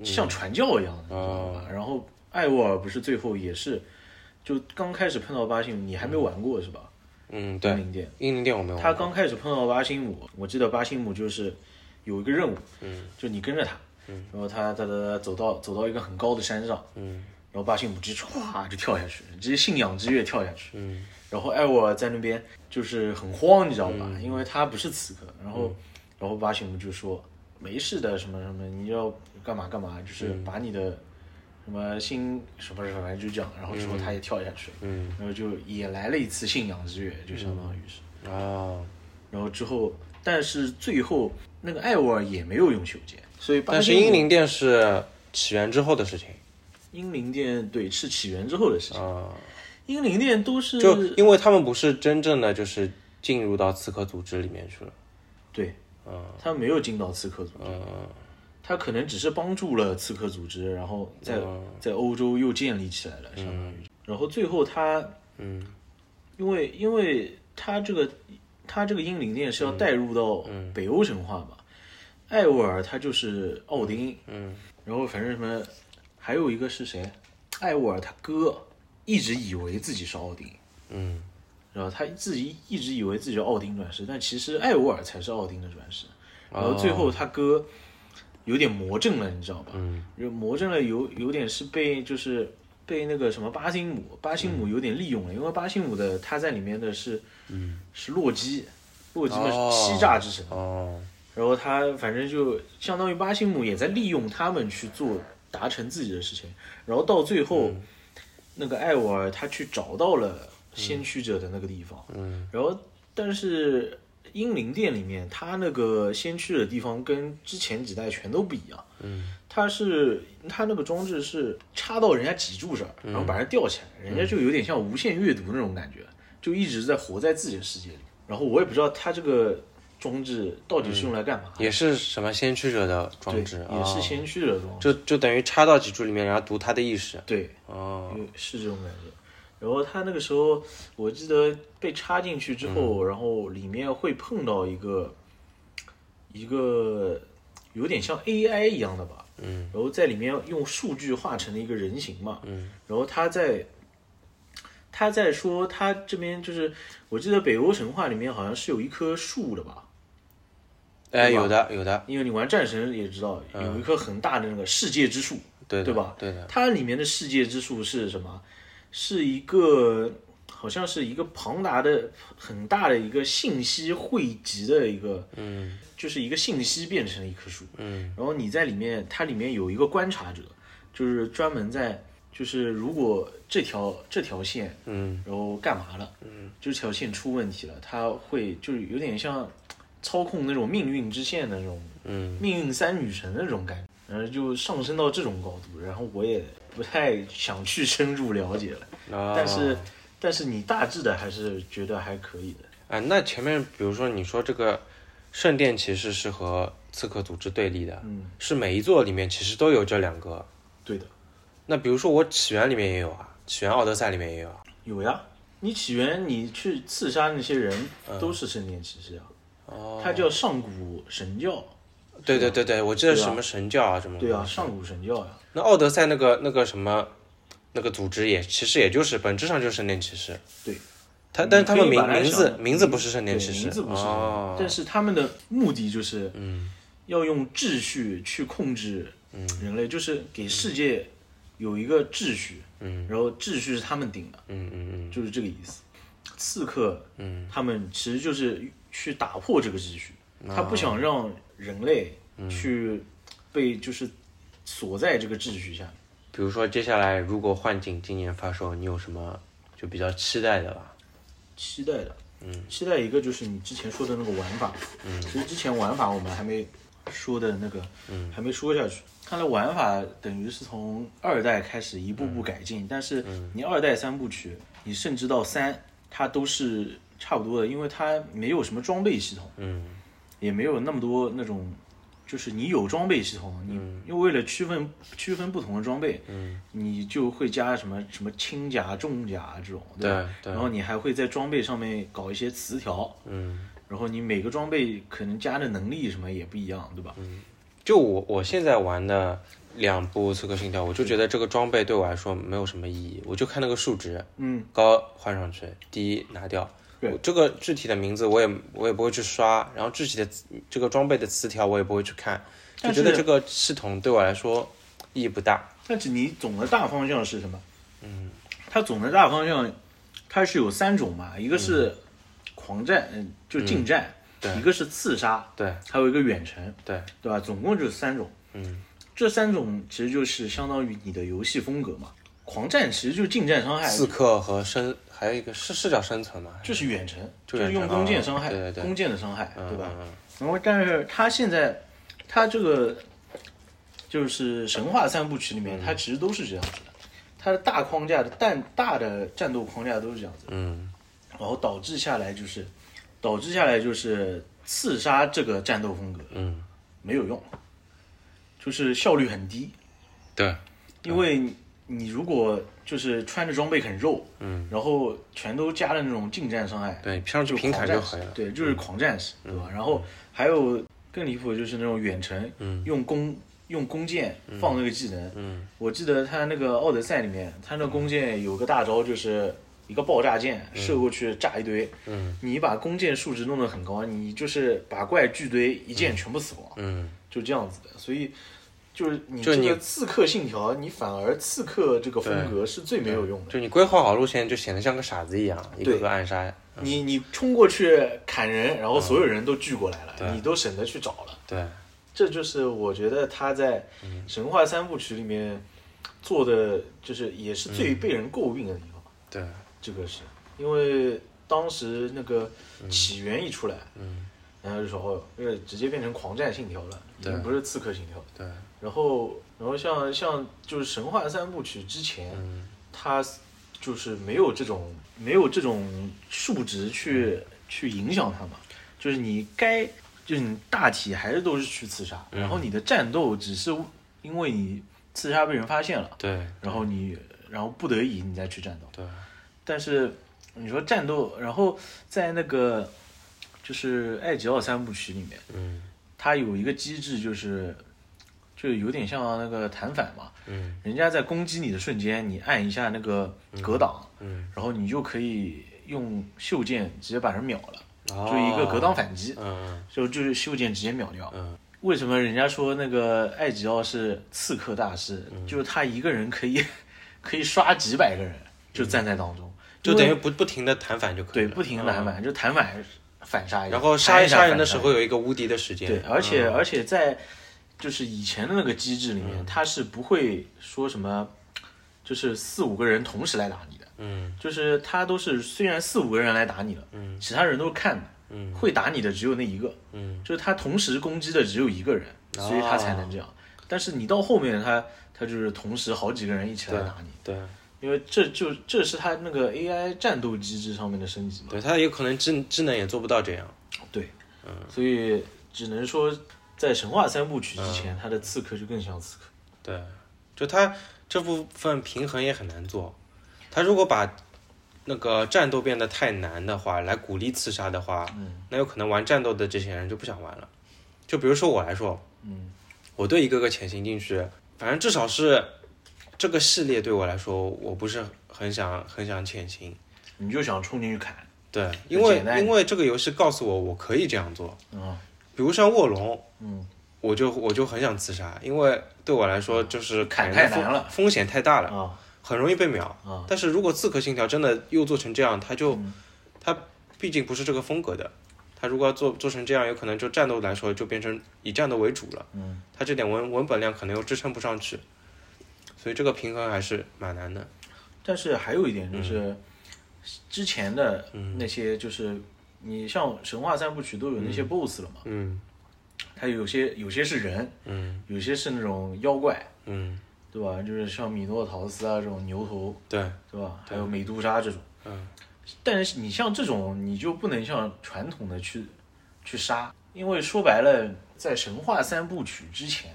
B: 像传教一样的，你知道
A: 哦
B: 吧？然后艾沃尔不是最后也是，就刚开始碰到巴辛姆，你还没玩过是吧？
A: 嗯，对，
B: 零点，
A: 英灵殿我没有玩
B: 他
A: 过，
B: 刚开始碰到巴辛姆，我记得巴辛姆就是有一个任务，嗯，就你跟着他，嗯，然后他他他走到走到一个很高的山上，
A: 嗯
B: 然后巴辛姆直接唰就跳下去，直接信仰之跃跳下去，
A: 嗯
B: 然后艾沃尔在那边就是很慌，你知道吧？
A: 嗯
B: 因为他不是刺客，然后、然后巴辛姆就说没事的，什么什么，你要干嘛干嘛，就是
A: 嗯
B: 把你的什么心什么什么，反正就这样。然后之后他也跳下去了，
A: 嗯，
B: 然后就也来了一次信仰之跃，就相当于是。
A: 哦，
B: 然后之后，但是最后那个艾沃尔也没有用袖剑，所以巴
A: 但是
B: 辛姆
A: 英灵殿是起源之后的事情
B: 英灵殿对是起源之后的事情，
A: 啊。
B: 英灵殿都是
A: 就因为他们不是真正的就是进入到刺客组织里面去了，
B: 对，他没有进到刺客组织，他可能只是帮助了刺客组织，然后在、在欧洲又建立起来了，相当于。然后最后他，
A: 嗯，
B: 因为因为他这个他这个英灵殿是要带入到北欧神话嘛，艾沃尔他就是奥丁，
A: 嗯，
B: 然后反正什么，还有一个是谁，艾沃尔他哥一直以为自己是奥丁。
A: 嗯
B: 然后他自己一直以为自己是奥丁转世，但其实艾沃尔才是奥丁的转世。然后最后他哥有点魔怔了，你知道吧？
A: 嗯
B: 就魔怔了有有点是被就是被那个什么巴辛姆，巴辛姆有点利用了，因为巴辛姆的他在里面的是，嗯，是洛基，洛基嘛
A: 哦
B: 是欺诈之神，
A: 哦，
B: 然后他反正就相当于巴辛姆也在利用他们去做达成自己的事情，然后到最后，那个艾沃尔他去找到了先驱者的那个地方，嗯，然后但是英灵殿里面他那个先驱的地方跟之前几代全都不一样，嗯，他是他那个装置是插到人家脊柱上，然后把人吊起来，人家就有点像无限阅读那种感觉，就一直在活在自己的世界里，然后我也不知道他这个。装置到底是用来干嘛？
A: 也是什么先驱者的嗯装置，
B: 也是
A: 哦
B: 先驱的装置。
A: 就就等于插到脊柱里面，然后读他的意识。
B: 对，
A: 哦，
B: 有是这种感觉。然后他那个时候，我记得被插进去之后，然后里面会碰到一个一个有点像 AI 一样的吧，嗯，然后在里面用数据化成了一个人形嘛，嗯，然后他在他在说他这边就是，我记得北欧神话里面好像是有一棵树的吧，
A: 哎，有的有的，
B: 因为你玩战神也知道有一棵很大的那个世界之树，
A: 对的
B: 对吧？
A: 对的，
B: 它里面的世界之树是什么？是一个好像是一个庞大的、很大的一个信息汇集的一个，嗯，就是一个信息变成了一棵树，嗯，然后你在里面，它里面有一个观察者，就是专门在，就是如果这条这条线，嗯，然后干嘛了，嗯，就这条线出问题了，它会就是有点像操控那种命运之线的那种，嗯，命运三女神的那种感觉。然后呃就上升到这种高度，然后我也不太想去深入了解了，
A: 哦
B: 但是但是你大致的还是觉得还可以的，
A: 啊，那前面比如说你说这个圣殿骑士是和刺客组织对立的，
B: 嗯，
A: 是每一座里面其实都有这两个。
B: 对的，
A: 那比如说我起源里面也有啊，起源奥德赛里面也有啊。
B: 有呀。你起源，你去刺杀那些人都是圣殿骑士啊，
A: 哦，
B: 它叫上古神教，
A: 对对对对，我记得
B: 对啊
A: 什么神教啊什么的。
B: 对啊，上古神教呀，
A: 那奥德赛那个那个什么那个组织也其实也就是本质上就是圣殿骑士，
B: 对，
A: 他但是他们
B: 你可以
A: 名
B: 把它
A: 名字
B: 想成
A: 名字不是圣
B: 对，
A: 殿骑士，
B: 名字不是，
A: 哦，嗯
B: 但是他们的目的就是，要用秩序去控制人类，就是给世界有一个秩序，然后秩序是他们定的，
A: 嗯嗯嗯，
B: 就是这个意思。刺客，嗯，他们其实就是去打破这个秩序，
A: 啊
B: 他不想让人类
A: 嗯
B: 去被就是锁在这个秩序下。
A: 比如说接下来如果幻境今年发售，你有什么就比较期待的吧？
B: 期待的，嗯，期待一个就是你之前说的那个玩法，嗯，其实之前玩法我们还没说的那个，嗯，还没说下去。看来玩法等于是从二代开始一步步改进，但是你二代三部曲，你甚至到三，它都是差不多的，因为它没有什么装备系统，
A: 嗯，
B: 也没有那么多那种。就是你有装备系统，你因为为了区分区分不同的装备，嗯，你就会加什么什么轻甲、重甲这种，对吧
A: 对对
B: 然后你还会在装备上面搞一些词条，
A: 嗯，
B: 然后你每个装备可能加的能力什么也不一样，对吧？
A: 嗯就我我现在玩的两部《刺客信条》，我就觉得这个装备对我来说没有什么意义，我就看那个数值，
B: 嗯，
A: 高换上去，低拿掉。
B: 对
A: 我这个具体的名字我也我也不会去刷，然后具体的词这个装备的词条我也不会去看，就
B: 但
A: 觉得
B: 是
A: 这个系统对我来说意义不大。
B: 但是你总的大方向是什么？嗯，它总的大方向它是有三种嘛，一个是狂战，嗯，就近战，
A: 嗯对
B: 一个是刺杀，
A: 对
B: 还有一个远程，
A: 对，
B: 对吧？总共就是三种。
A: 嗯，
B: 这三种其实就是相当于你的游戏风格嘛。狂战其实就是近战伤害，
A: 刺客和生还有一个是是叫生存吗？
B: 哎就是远程，
A: 就
B: 就是是
A: 远程
B: 用弓箭伤害，
A: 哦对对对
B: 弓箭的伤害，
A: 嗯
B: 对吧？
A: 嗯嗯
B: 然后，但是他现在，他这个就是神话三部曲里
A: 嗯
B: 面，他其实都是这样子的，他的大框架的但大的战斗框架都是这样子的，
A: 嗯，
B: 然后导致下来就是，导致下来就是刺杀这个战斗风格，
A: 嗯，
B: 没有用，就是效率很低，
A: 对，嗯
B: 因为你你如果就是穿着装备很肉，嗯，然后全都加了那种近战伤害，
A: 对，上去平砍就
B: 就
A: 可以了。嗯
B: 对，就是狂战士，对吧？然后还有更离谱的就是那种远程，
A: 嗯
B: 用弓用弓箭放那个技能，我记得他那个奥德赛里面，他那弓箭有个大招就是。一个爆炸箭
A: 嗯
B: 射过去炸一堆，你把弓箭数值弄得很高，你就是把怪巨堆一箭全部死亡，
A: 嗯，
B: 就这样子的。所以就是你
A: 就
B: 这
A: 你
B: 个刺客信条，你反而刺客这个风格是最没有用的。
A: 就你规划好路线，就显得像个傻子一样，一个个暗杀。
B: 你你冲过去砍人，然后所有人都聚过来了，
A: 对
B: 你都省得去找了。
A: 对，
B: 这就是我觉得他在
A: 嗯
B: 《神话三部曲》里面做的，就是也是最被人诟病的地方。
A: 对，
B: 这个是因为当时那个起源一出来，
A: 嗯，
B: 然后就说哦，这个直接变成狂战信条了，已
A: 对
B: 经不是刺客信条了。
A: 对，
B: 然后，然后像像就是神话三部曲之前，
A: 嗯，
B: 它就是没有这种没有这种数值去、去影响它嘛，就是你该就是你大体还是都是去刺杀，然后你的战斗只是因为你刺杀被人发现了，
A: 对，
B: 然后你然后不得已你再去战斗，
A: 对，
B: 但是你说战斗，然后在那个就是艾吉奥三部曲里面，
A: 嗯
B: 它有一个机制就是。就有点像那个弹反嘛，
A: 嗯
B: 人家在攻击你的瞬间，你按一下那个格挡，
A: 嗯，
B: 然后你就可以用袖箭直接把人秒了，
A: 就
B: 就一个格挡，反击，
A: 哦嗯
B: 就就是袖箭直接秒掉。
A: 嗯
B: 为什么人家说那个艾吉奥是刺客大师？
A: 嗯
B: 就是他一个人可以 可以刷几百个人，就站在当中，
A: 嗯，就等
B: 因
A: 于
B: 为
A: 不不停的弹反就可以
B: 对
A: 了，
B: 不停的弹
A: 嗯，
B: 反，就弹反反杀一下，
A: 然后
B: 杀
A: 杀
B: 一
A: 一
B: 下
A: 杀人
B: 反
A: 的时候有一个无敌的时间，
B: 对，而且、
A: 嗯
B: 而且在就是以前的那个机制里面，他是不会说什么，就是四五个人同时来打你的。
A: 嗯
B: 就是他都是虽然四五个人来打你了，
A: 嗯
B: 其他人都是看的，
A: 嗯
B: 会打你的只有那一个，
A: 嗯
B: 就是他同时攻击的只有一个人，
A: 哦
B: 所以他才能这样。但是你到后面他他就是同时好几个人一起来打你，
A: 对
B: 因为这就这是他那个 AI 战斗机制上面的升级嘛，
A: 对，他有可能智智能也做不到这样，
B: 对，
A: 嗯
B: 所以只能说在神话三部曲之前，
A: 嗯
B: 他的刺客就更像刺客，
A: 对，就他这部分平衡也很难做，他如果把那个战斗变得太难的话，来鼓励刺杀的话，
B: 嗯
A: 那有可能玩战斗的这些人就不想玩了。就比如说我来说，
B: 嗯，
A: 我对一个个潜行进去，反正至少是这个系列对我来说，我不是很想很想潜行。
B: 你就想冲进去砍，
A: 对，因为
B: 简单
A: 因为这个游戏告诉我我可以这样做，
B: 嗯
A: 比如像卧龙，
B: 嗯，
A: 我就我就很想刺杀，因为对我来说就是
B: 嗯砍
A: 人
B: 太
A: 的风
B: 难了
A: 风险太大了，
B: 啊
A: 很容易被秒。
B: 啊
A: 但是如果刺客信条真的又做成这样，它就、
B: 嗯
A: 它毕竟不是这个风格的，它如果要做做成这样，有可能就战斗来说就变成以战斗为主了，
B: 嗯，
A: 它这点文文本量可能又支撑不上去，所以这个平衡还是蛮难的。
B: 但是还有一点
A: 嗯
B: 就是，之前的那些就是、你像神话三部曲都有那些 BOSS 了嘛，
A: 嗯
B: 它有些有些是人，
A: 嗯
B: 有些是那种妖怪，
A: 嗯，
B: 对吧？就是像米诺陶斯啊这种牛头，
A: 对，
B: 对吧？还有美杜莎这种，
A: 嗯，
B: 但是你像这种你就不能像传统的去去杀，因为说白了，在神话三部曲之前，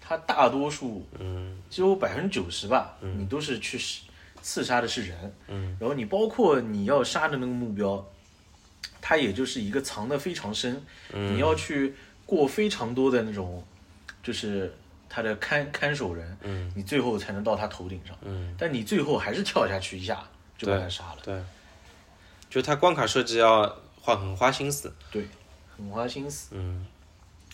B: 它大多数
A: 嗯
B: 几乎百分之九十吧，你都是去是刺杀的是人，
A: 嗯，
B: 然后你包括你要杀的那个目标，它也就是一个藏的非常深，
A: 嗯
B: 你要去过非常多的那种，就是他的看看守人，
A: 嗯
B: 你最后才能到他头顶上，
A: 嗯，
B: 但你最后还是跳下去一下就把他杀了，
A: 对，就它关卡设计要花很花心思。
B: 对，很花心思。
A: 嗯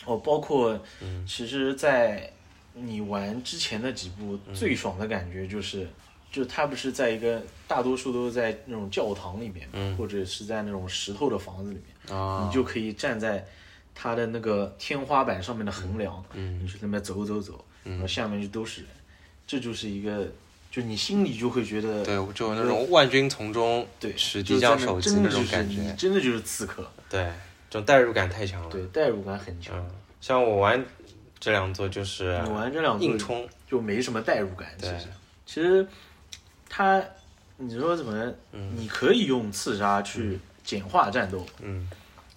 B: 哦，包括，其实，在你玩之前的几部，
A: 嗯
B: 最爽的感觉就是，就它不是在一个大多数都是在那种教堂里面，或者是在那种石头的房子里面，
A: 嗯啊，
B: 你就可以站在它的那个天花板上面的横梁，
A: 嗯
B: 你去那边走走走，然后下面就都是人，这就是一个，就你心里就会觉得，
A: 对，我就有那种万军从中，
B: 对，
A: 使
B: 就
A: 敌
B: 是在
A: 将
B: 那
A: 首级
B: 真的
A: 那
B: 就
A: 种
B: 是
A: 感
B: 你
A: 觉，嗯
B: 真的就是刺客，
A: 对，这种代入感太强了。
B: 对，代入感很强。
A: 嗯，像我玩这两座就是啊
B: 你玩这两座
A: 硬冲，
B: 就没什么代入感。其
A: 对
B: 实，其实他，你说怎么，你可以用刺杀去简化战斗。
A: 嗯，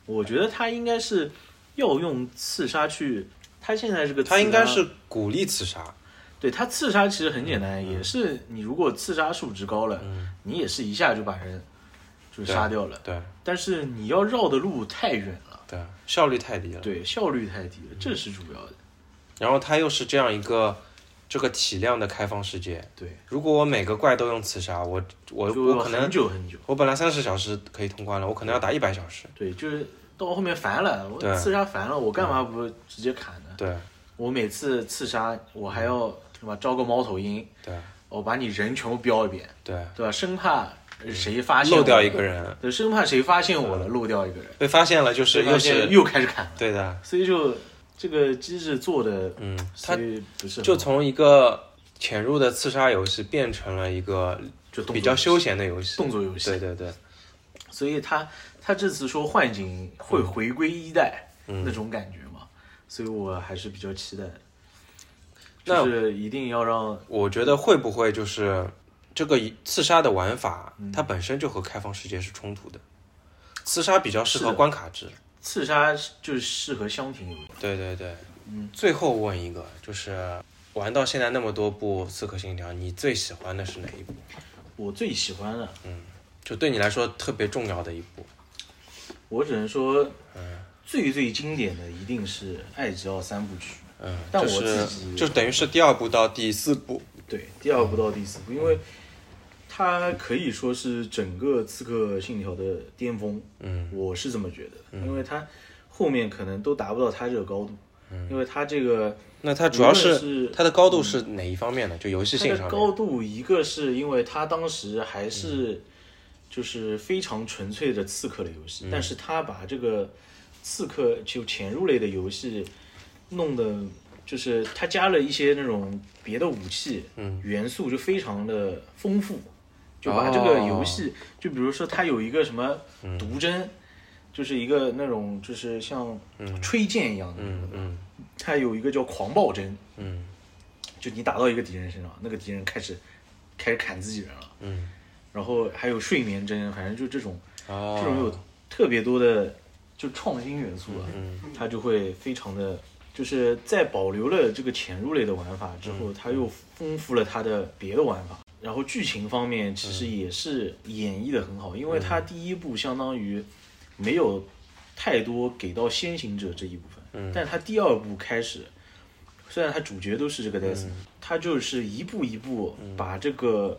B: 我觉得他应该是要用刺杀去，他现在这个刺杀啊
A: 它应该是鼓励刺杀，
B: 对他刺杀其实很简
A: 嗯
B: 单，也是你如果刺杀数值高了，你也是一下就把人就杀掉了。
A: 对
B: 但是你要绕的路太远了，
A: 对，效率太低了。
B: 对，效率太低了，这是主要的。
A: 然后它又是这样一个这个体量的开放世界，
B: 对，
A: 如果我每个怪都用刺杀，我我
B: 就
A: 我可
B: 很
A: 能
B: 久很久。
A: 我本来三十小时可以通关了，我可能要打一百小时。
B: 对，就是到后面烦了，我
A: 对
B: 刺杀烦了，我干嘛不直接砍呢？
A: 对
B: 我每次刺杀，我还要什么招个猫头鹰，
A: 对
B: 我把你人全部标一遍，
A: 对，
B: 对吧？生怕谁发现
A: 嗯
B: 我
A: 漏掉一个，人，
B: 对，生怕谁发现我了，漏掉一个人，
A: 被发现了就是
B: 又
A: 又是
B: 又开始砍了，
A: 对的，
B: 所以就这个机制做的，
A: 嗯，
B: 所
A: 它
B: 以不是很
A: 就
B: 好
A: 从一个潜入的刺杀游戏变成了一个
B: 就动作
A: 比较
B: 游戏
A: 休闲的游戏，
B: 动作游戏
A: 对对对，
B: 所以他他这次说幻景
A: 嗯
B: 会回归一代、那种感觉嘛，所以我还是比较期待的。
A: 那
B: 就是一定要让
A: 我觉得会不会就是这个刺杀的玩法，
B: 嗯
A: 它本身就和开放世界是冲突的。刺杀比较适
B: 是
A: 合
B: 的
A: 关卡制，
B: 刺杀就是适合箱庭游戏
A: 对对对。
B: 嗯
A: 最后问一个，就是玩到现在那么多部《刺客信条》，你最喜欢的是哪一部？
B: 我最喜欢的，
A: 就对你来说特别重要的一部。
B: 我只能说，
A: 嗯
B: 最最经典的一定是《爱之奥三部曲》。
A: 嗯，
B: 但
A: 就
B: 我
A: 是
B: 自己
A: 就等于是第二部到第四部。
B: 对，第二部到第四部，因为它可以说是整个《刺客信条》的巅峰。
A: 嗯，
B: 我是这么觉得，因为它后面可能都达不到它这个高度，
A: 嗯
B: 因为它这个
A: 那它主要
B: 无论
A: 是
B: 是嗯
A: 它的高度是哪一方面呢？就游戏性
B: 它
A: 上面。
B: 的高度，一个是因为它当时还
A: 嗯
B: 是就是非常纯粹的刺客类游
A: 嗯
B: 戏，但是它把这个刺客就潜入类的游戏弄得就是它加了一些那种别的武器
A: 嗯
B: 元素，就非常的丰富，就把这个游戏，
A: 哦
B: 就比如说它有一个什么
A: 嗯
B: 毒针。就是一个那种，就是像吹剑一样的，
A: 嗯嗯
B: 它有一个叫狂暴针，
A: 嗯
B: 就你打到一个敌人身上，那个敌人开始开始砍自己人了。
A: 嗯。
B: 然后还有睡眠针，反正就这种
A: 哦。
B: 这种有特别多的就创新元素了，啊
A: 嗯
B: 它就会非常的，就是在保留了这个潜入类的玩法之
A: 嗯
B: 后，它又丰富了它的别的玩法。然后剧情方面其
A: 嗯
B: 实也是演绎的很好，因为它第一部相当于没有太多给到先行者这一部分，
A: 嗯
B: 但它第二部开始，虽然它主角都是这个
A: 嗯
B: Destiny，、它就是一步一步把这个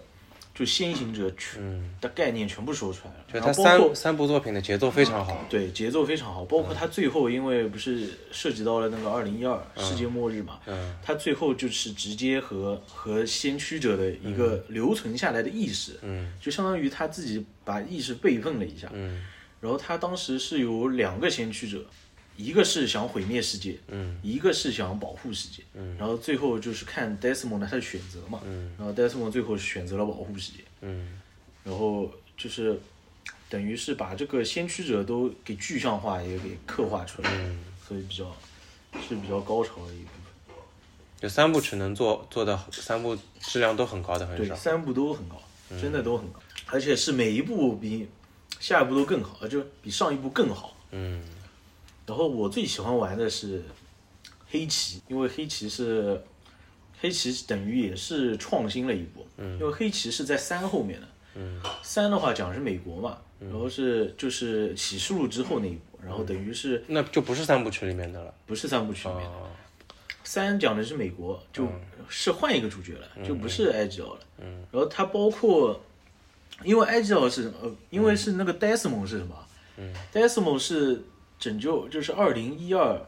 B: 就先行者全、的概念全部说出来了，
A: 嗯就
B: 然
A: 它
B: 后包括嗯
A: 三三部作品的节奏非常好。
B: 对节奏非常好，包括它最后因为不是涉及到了那个二零一二世界末日嘛，
A: 嗯
B: 它最后就是直接和和先驱者的一个留存下来的意识，
A: 嗯
B: 就相当于他自己把意识备份了一下，
A: 嗯
B: 然后他当时是有两个先驱者，一个是想毁灭世界，
A: 嗯，
B: 一个是想保护世界，嗯，然后最后就是看 Desmond 他的选择嘛，嗯，然后 Desmond 最后选择了保护世界，
A: 嗯
B: 然后就是等于是把这个先驱者都给具象化，也给刻画出来，
A: 嗯，
B: 所以比较是比较高潮的一部分。
A: 就三部曲能做做的三部质量都很高的很
B: 对，
A: 少。嗯
B: 三部都很高，真的都很高，而且是每一部比下一部都更好，呃就是比上一部更好。
A: 嗯
B: 然后我最喜欢玩的是黑棋，因为黑棋是黑棋等于也是创新了一波，嗯，因为黑棋是在三后面的，嗯，三的话讲的是美国嘛，
A: 嗯
B: 然后是就是启示录之后那一波，然后等于是
A: 那就不是三部曲里面的了。
B: 不是三部曲里面的，
A: 哦，
B: 三讲的是美国，就是换一个主角了，就不是埃及奥了，嗯，然后它包括。因为埃及奥是什么呃，因为是那个 Desmond 是什么？嗯，Desmond 是拯救，就是二零一二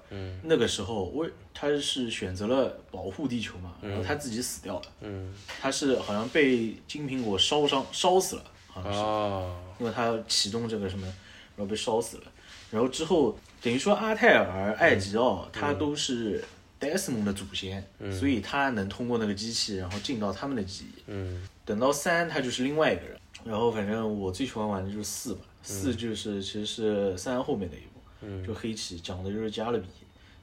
B: 那个时候，为他是选择了保护地球嘛，然后他自己死掉了，
A: 嗯
B: 他是好像被金苹果烧伤烧死了，好像是，
A: 哦，
B: 因为他启动这个什么，然后被烧死了，然后之后等于说阿泰尔、艾吉
A: 嗯
B: 奥、他都是 Desmond 的祖先，所以他能通过那个机器，然后进到他们的记忆，
A: 嗯
B: 等到三，他就是另外一个人。然后反正我最喜欢玩的就是四吧，
A: 嗯
B: 四就是其实是三后面的一部，就黑棋讲的就是加勒比，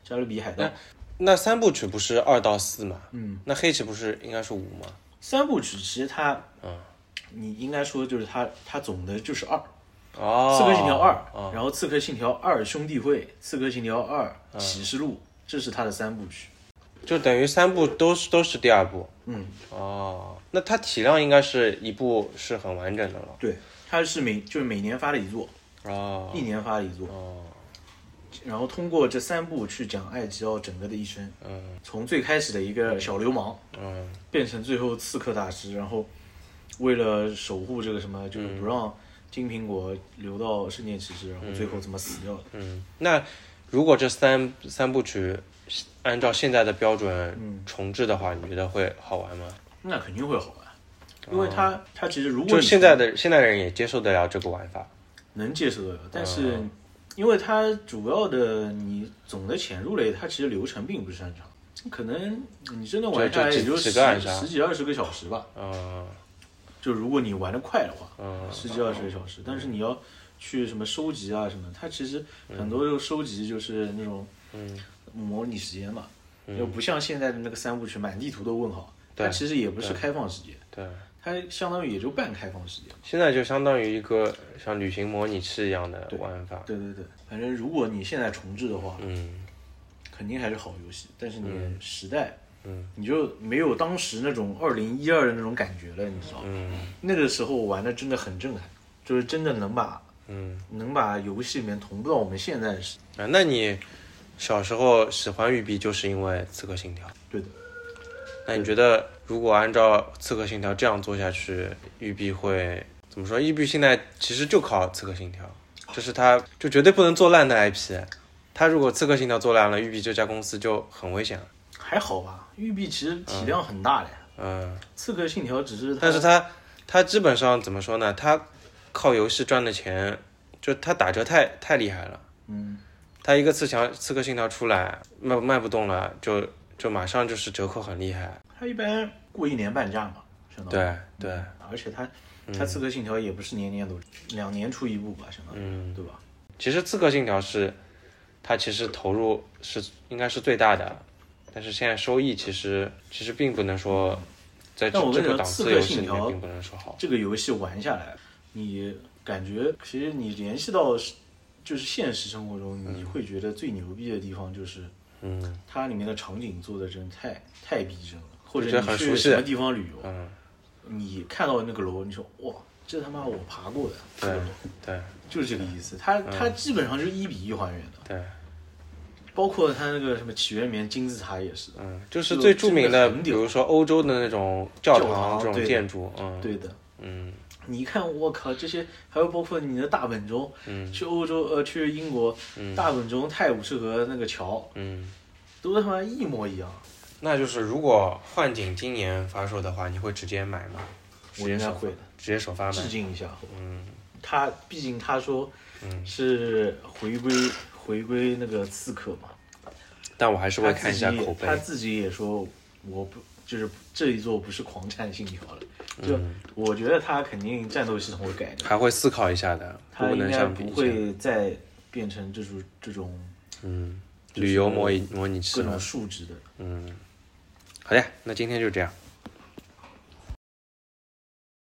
B: 加勒比海盗。
A: 那三部曲不是二到四嘛？
B: 嗯，
A: 那黑棋不是应该是五吗？
B: 三部曲其实它，
A: 嗯，
B: 你应该说就是它，它总的就是二，
A: 哦，
B: 刺客信条二》
A: 哦，
B: 然后《刺客信条二兄弟会》《刺客信条二
A: 嗯
B: 启示录》，这是它的三部曲。
A: 就等于三部都是都是第二部。
B: 嗯，
A: 哦，那它体量应该是一部是很完整的了。
B: 对，它是每就是每年发了一座，
A: 哦
B: 一年发了一座，
A: 哦，
B: 然后通过这三部去讲艾吉奥整个的一生，
A: 嗯
B: 从最开始的一个小流氓，
A: 嗯
B: 变成最后刺客大师，然后为了守护这个什么，就是
A: 嗯
B: 不让金苹果流到圣剑骑士，然后最后怎么死掉的。
A: 嗯。那如果这三三部曲
B: 嗯
A: 按照现在的标准重置的话，你觉得会好玩吗？
B: 那肯定会好玩。啊因为
A: 哦
B: 它它其实如果
A: 就
B: 你
A: 现在的现代人也接受得了这个玩法。
B: 能接受得了，但是
A: 嗯
B: 因为它主要的你总的潜入类，它其实流程并不是很长，可能你真的玩下来
A: 就就
B: 也就
A: 几
B: 十
A: 几个暗杀
B: 十几二十个小时吧。
A: 嗯
B: 就如果你玩的快的话，
A: 嗯
B: 十几二十个小时，但是你要去什么收集啊什么，它其实很多就收集就是那种
A: 嗯
B: 模拟时间嘛，就不像现在的那个三部曲满地图都问号，
A: 对
B: 它其实也不是开放世界，
A: 对。
B: 它相当于也就半开放世界。
A: 现在就相当于一个像旅行模拟器一样的玩法。
B: 对对对，反正如果你现在重置的话，
A: 啊嗯
B: 肯定还是好游戏，但是你时代，
A: 嗯，
B: 你就没有当时那种二零一二的那种感觉了，你知道吗？
A: 嗯
B: 那个时候玩的真的很震撼，就是真的能把
A: 嗯
B: 能把游戏里面同步到我们现在是，
A: 啊，那你小时候喜欢育碧，就是因为《刺客信条》。
B: 对的。
A: 那你觉得，如果按照《刺客信条》这样做下去，育碧会怎么说？育碧现在其实就靠《刺客信条》，这是他就绝对不能做烂的 IP。他如果《刺客信条》做烂了，育碧这家公司就很危险了。
B: 还好吧？育碧其实体量很大的呀，
A: 嗯，
B: 刺客信条》只是它，
A: 但是他他基本上怎么说呢？他靠游戏赚的钱，就他打折太太厉害了。
B: 嗯，
A: 他一个刺强刺客信条出来卖卖不动了，就就马上就是折扣很厉害。
B: 它一般过一年半价嘛，相当于。
A: 对对，嗯
B: 而且它它刺客信条》也不是年年都，两年出一部吧，相当于，
A: 嗯，
B: 对吧？
A: 其实刺客信条是它其实投入是应该是最大的，但是现在收益其实其实并不能说在这
B: 但我跟
A: 这
B: 你
A: 个
B: 说
A: 档
B: 刺
A: 次
B: 客
A: 游戏
B: 信
A: 里面
B: 条
A: 并不能说好。
B: 这个游戏玩下来，你感觉其实你联系到是就是现实生活中，你会觉得最牛逼的地方就是
A: 嗯
B: 它里面的场景做的真的太太逼真了，或
A: 就觉
B: 者
A: 得很
B: 你
A: 熟
B: 去
A: 悉
B: 什么地方旅游，
A: 嗯，
B: 你看到那个楼，你说哇，这他妈我爬过的，这
A: 对
B: 个楼
A: 对嗯
B: 就是这个意思。它它基本上就是一比一还原的，
A: 对，
B: 包括它那个什么起源里面金字塔也是的，
A: 嗯，就是
B: 就
A: 最著名的，
B: 真的很
A: 比
B: 屌
A: 如说欧洲的那种教
B: 教
A: 堂
B: 堂
A: 这种
B: 对的
A: 建筑，嗯，
B: 对的。
A: 嗯
B: 你一看，我靠，这些还有包括你的大本钟，
A: 嗯
B: 去欧洲呃去英国，大本钟、泰晤士河那个桥
A: 嗯。
B: 都他妈一模一样。
A: 那就是如果幻景今年发售的话，你会直接买吗？直
B: 我
A: 接
B: 应该
A: 首
B: 会的，
A: 直接首发买
B: 致。敬一下。
A: 嗯
B: 他毕竟他说
A: 嗯，
B: 是回归回归那个刺客嘛，
A: 但我还是会
B: 他
A: 看
B: 自
A: 一
B: 己
A: 下口碑
B: 他。自己也说我不就是这一座不是狂战信条了，就我觉得他肯定战斗系统会改
A: 嗯
B: 的，
A: 还会思考一下的，
B: 他
A: 不
B: 应
A: 能
B: 该
A: 像比
B: 不
A: 以前
B: 会再变成这种这种
A: 嗯
B: 就是
A: 旅游模拟模拟器
B: 各种
A: 了。
B: 数值的。
A: 嗯，好的，那今天就这样。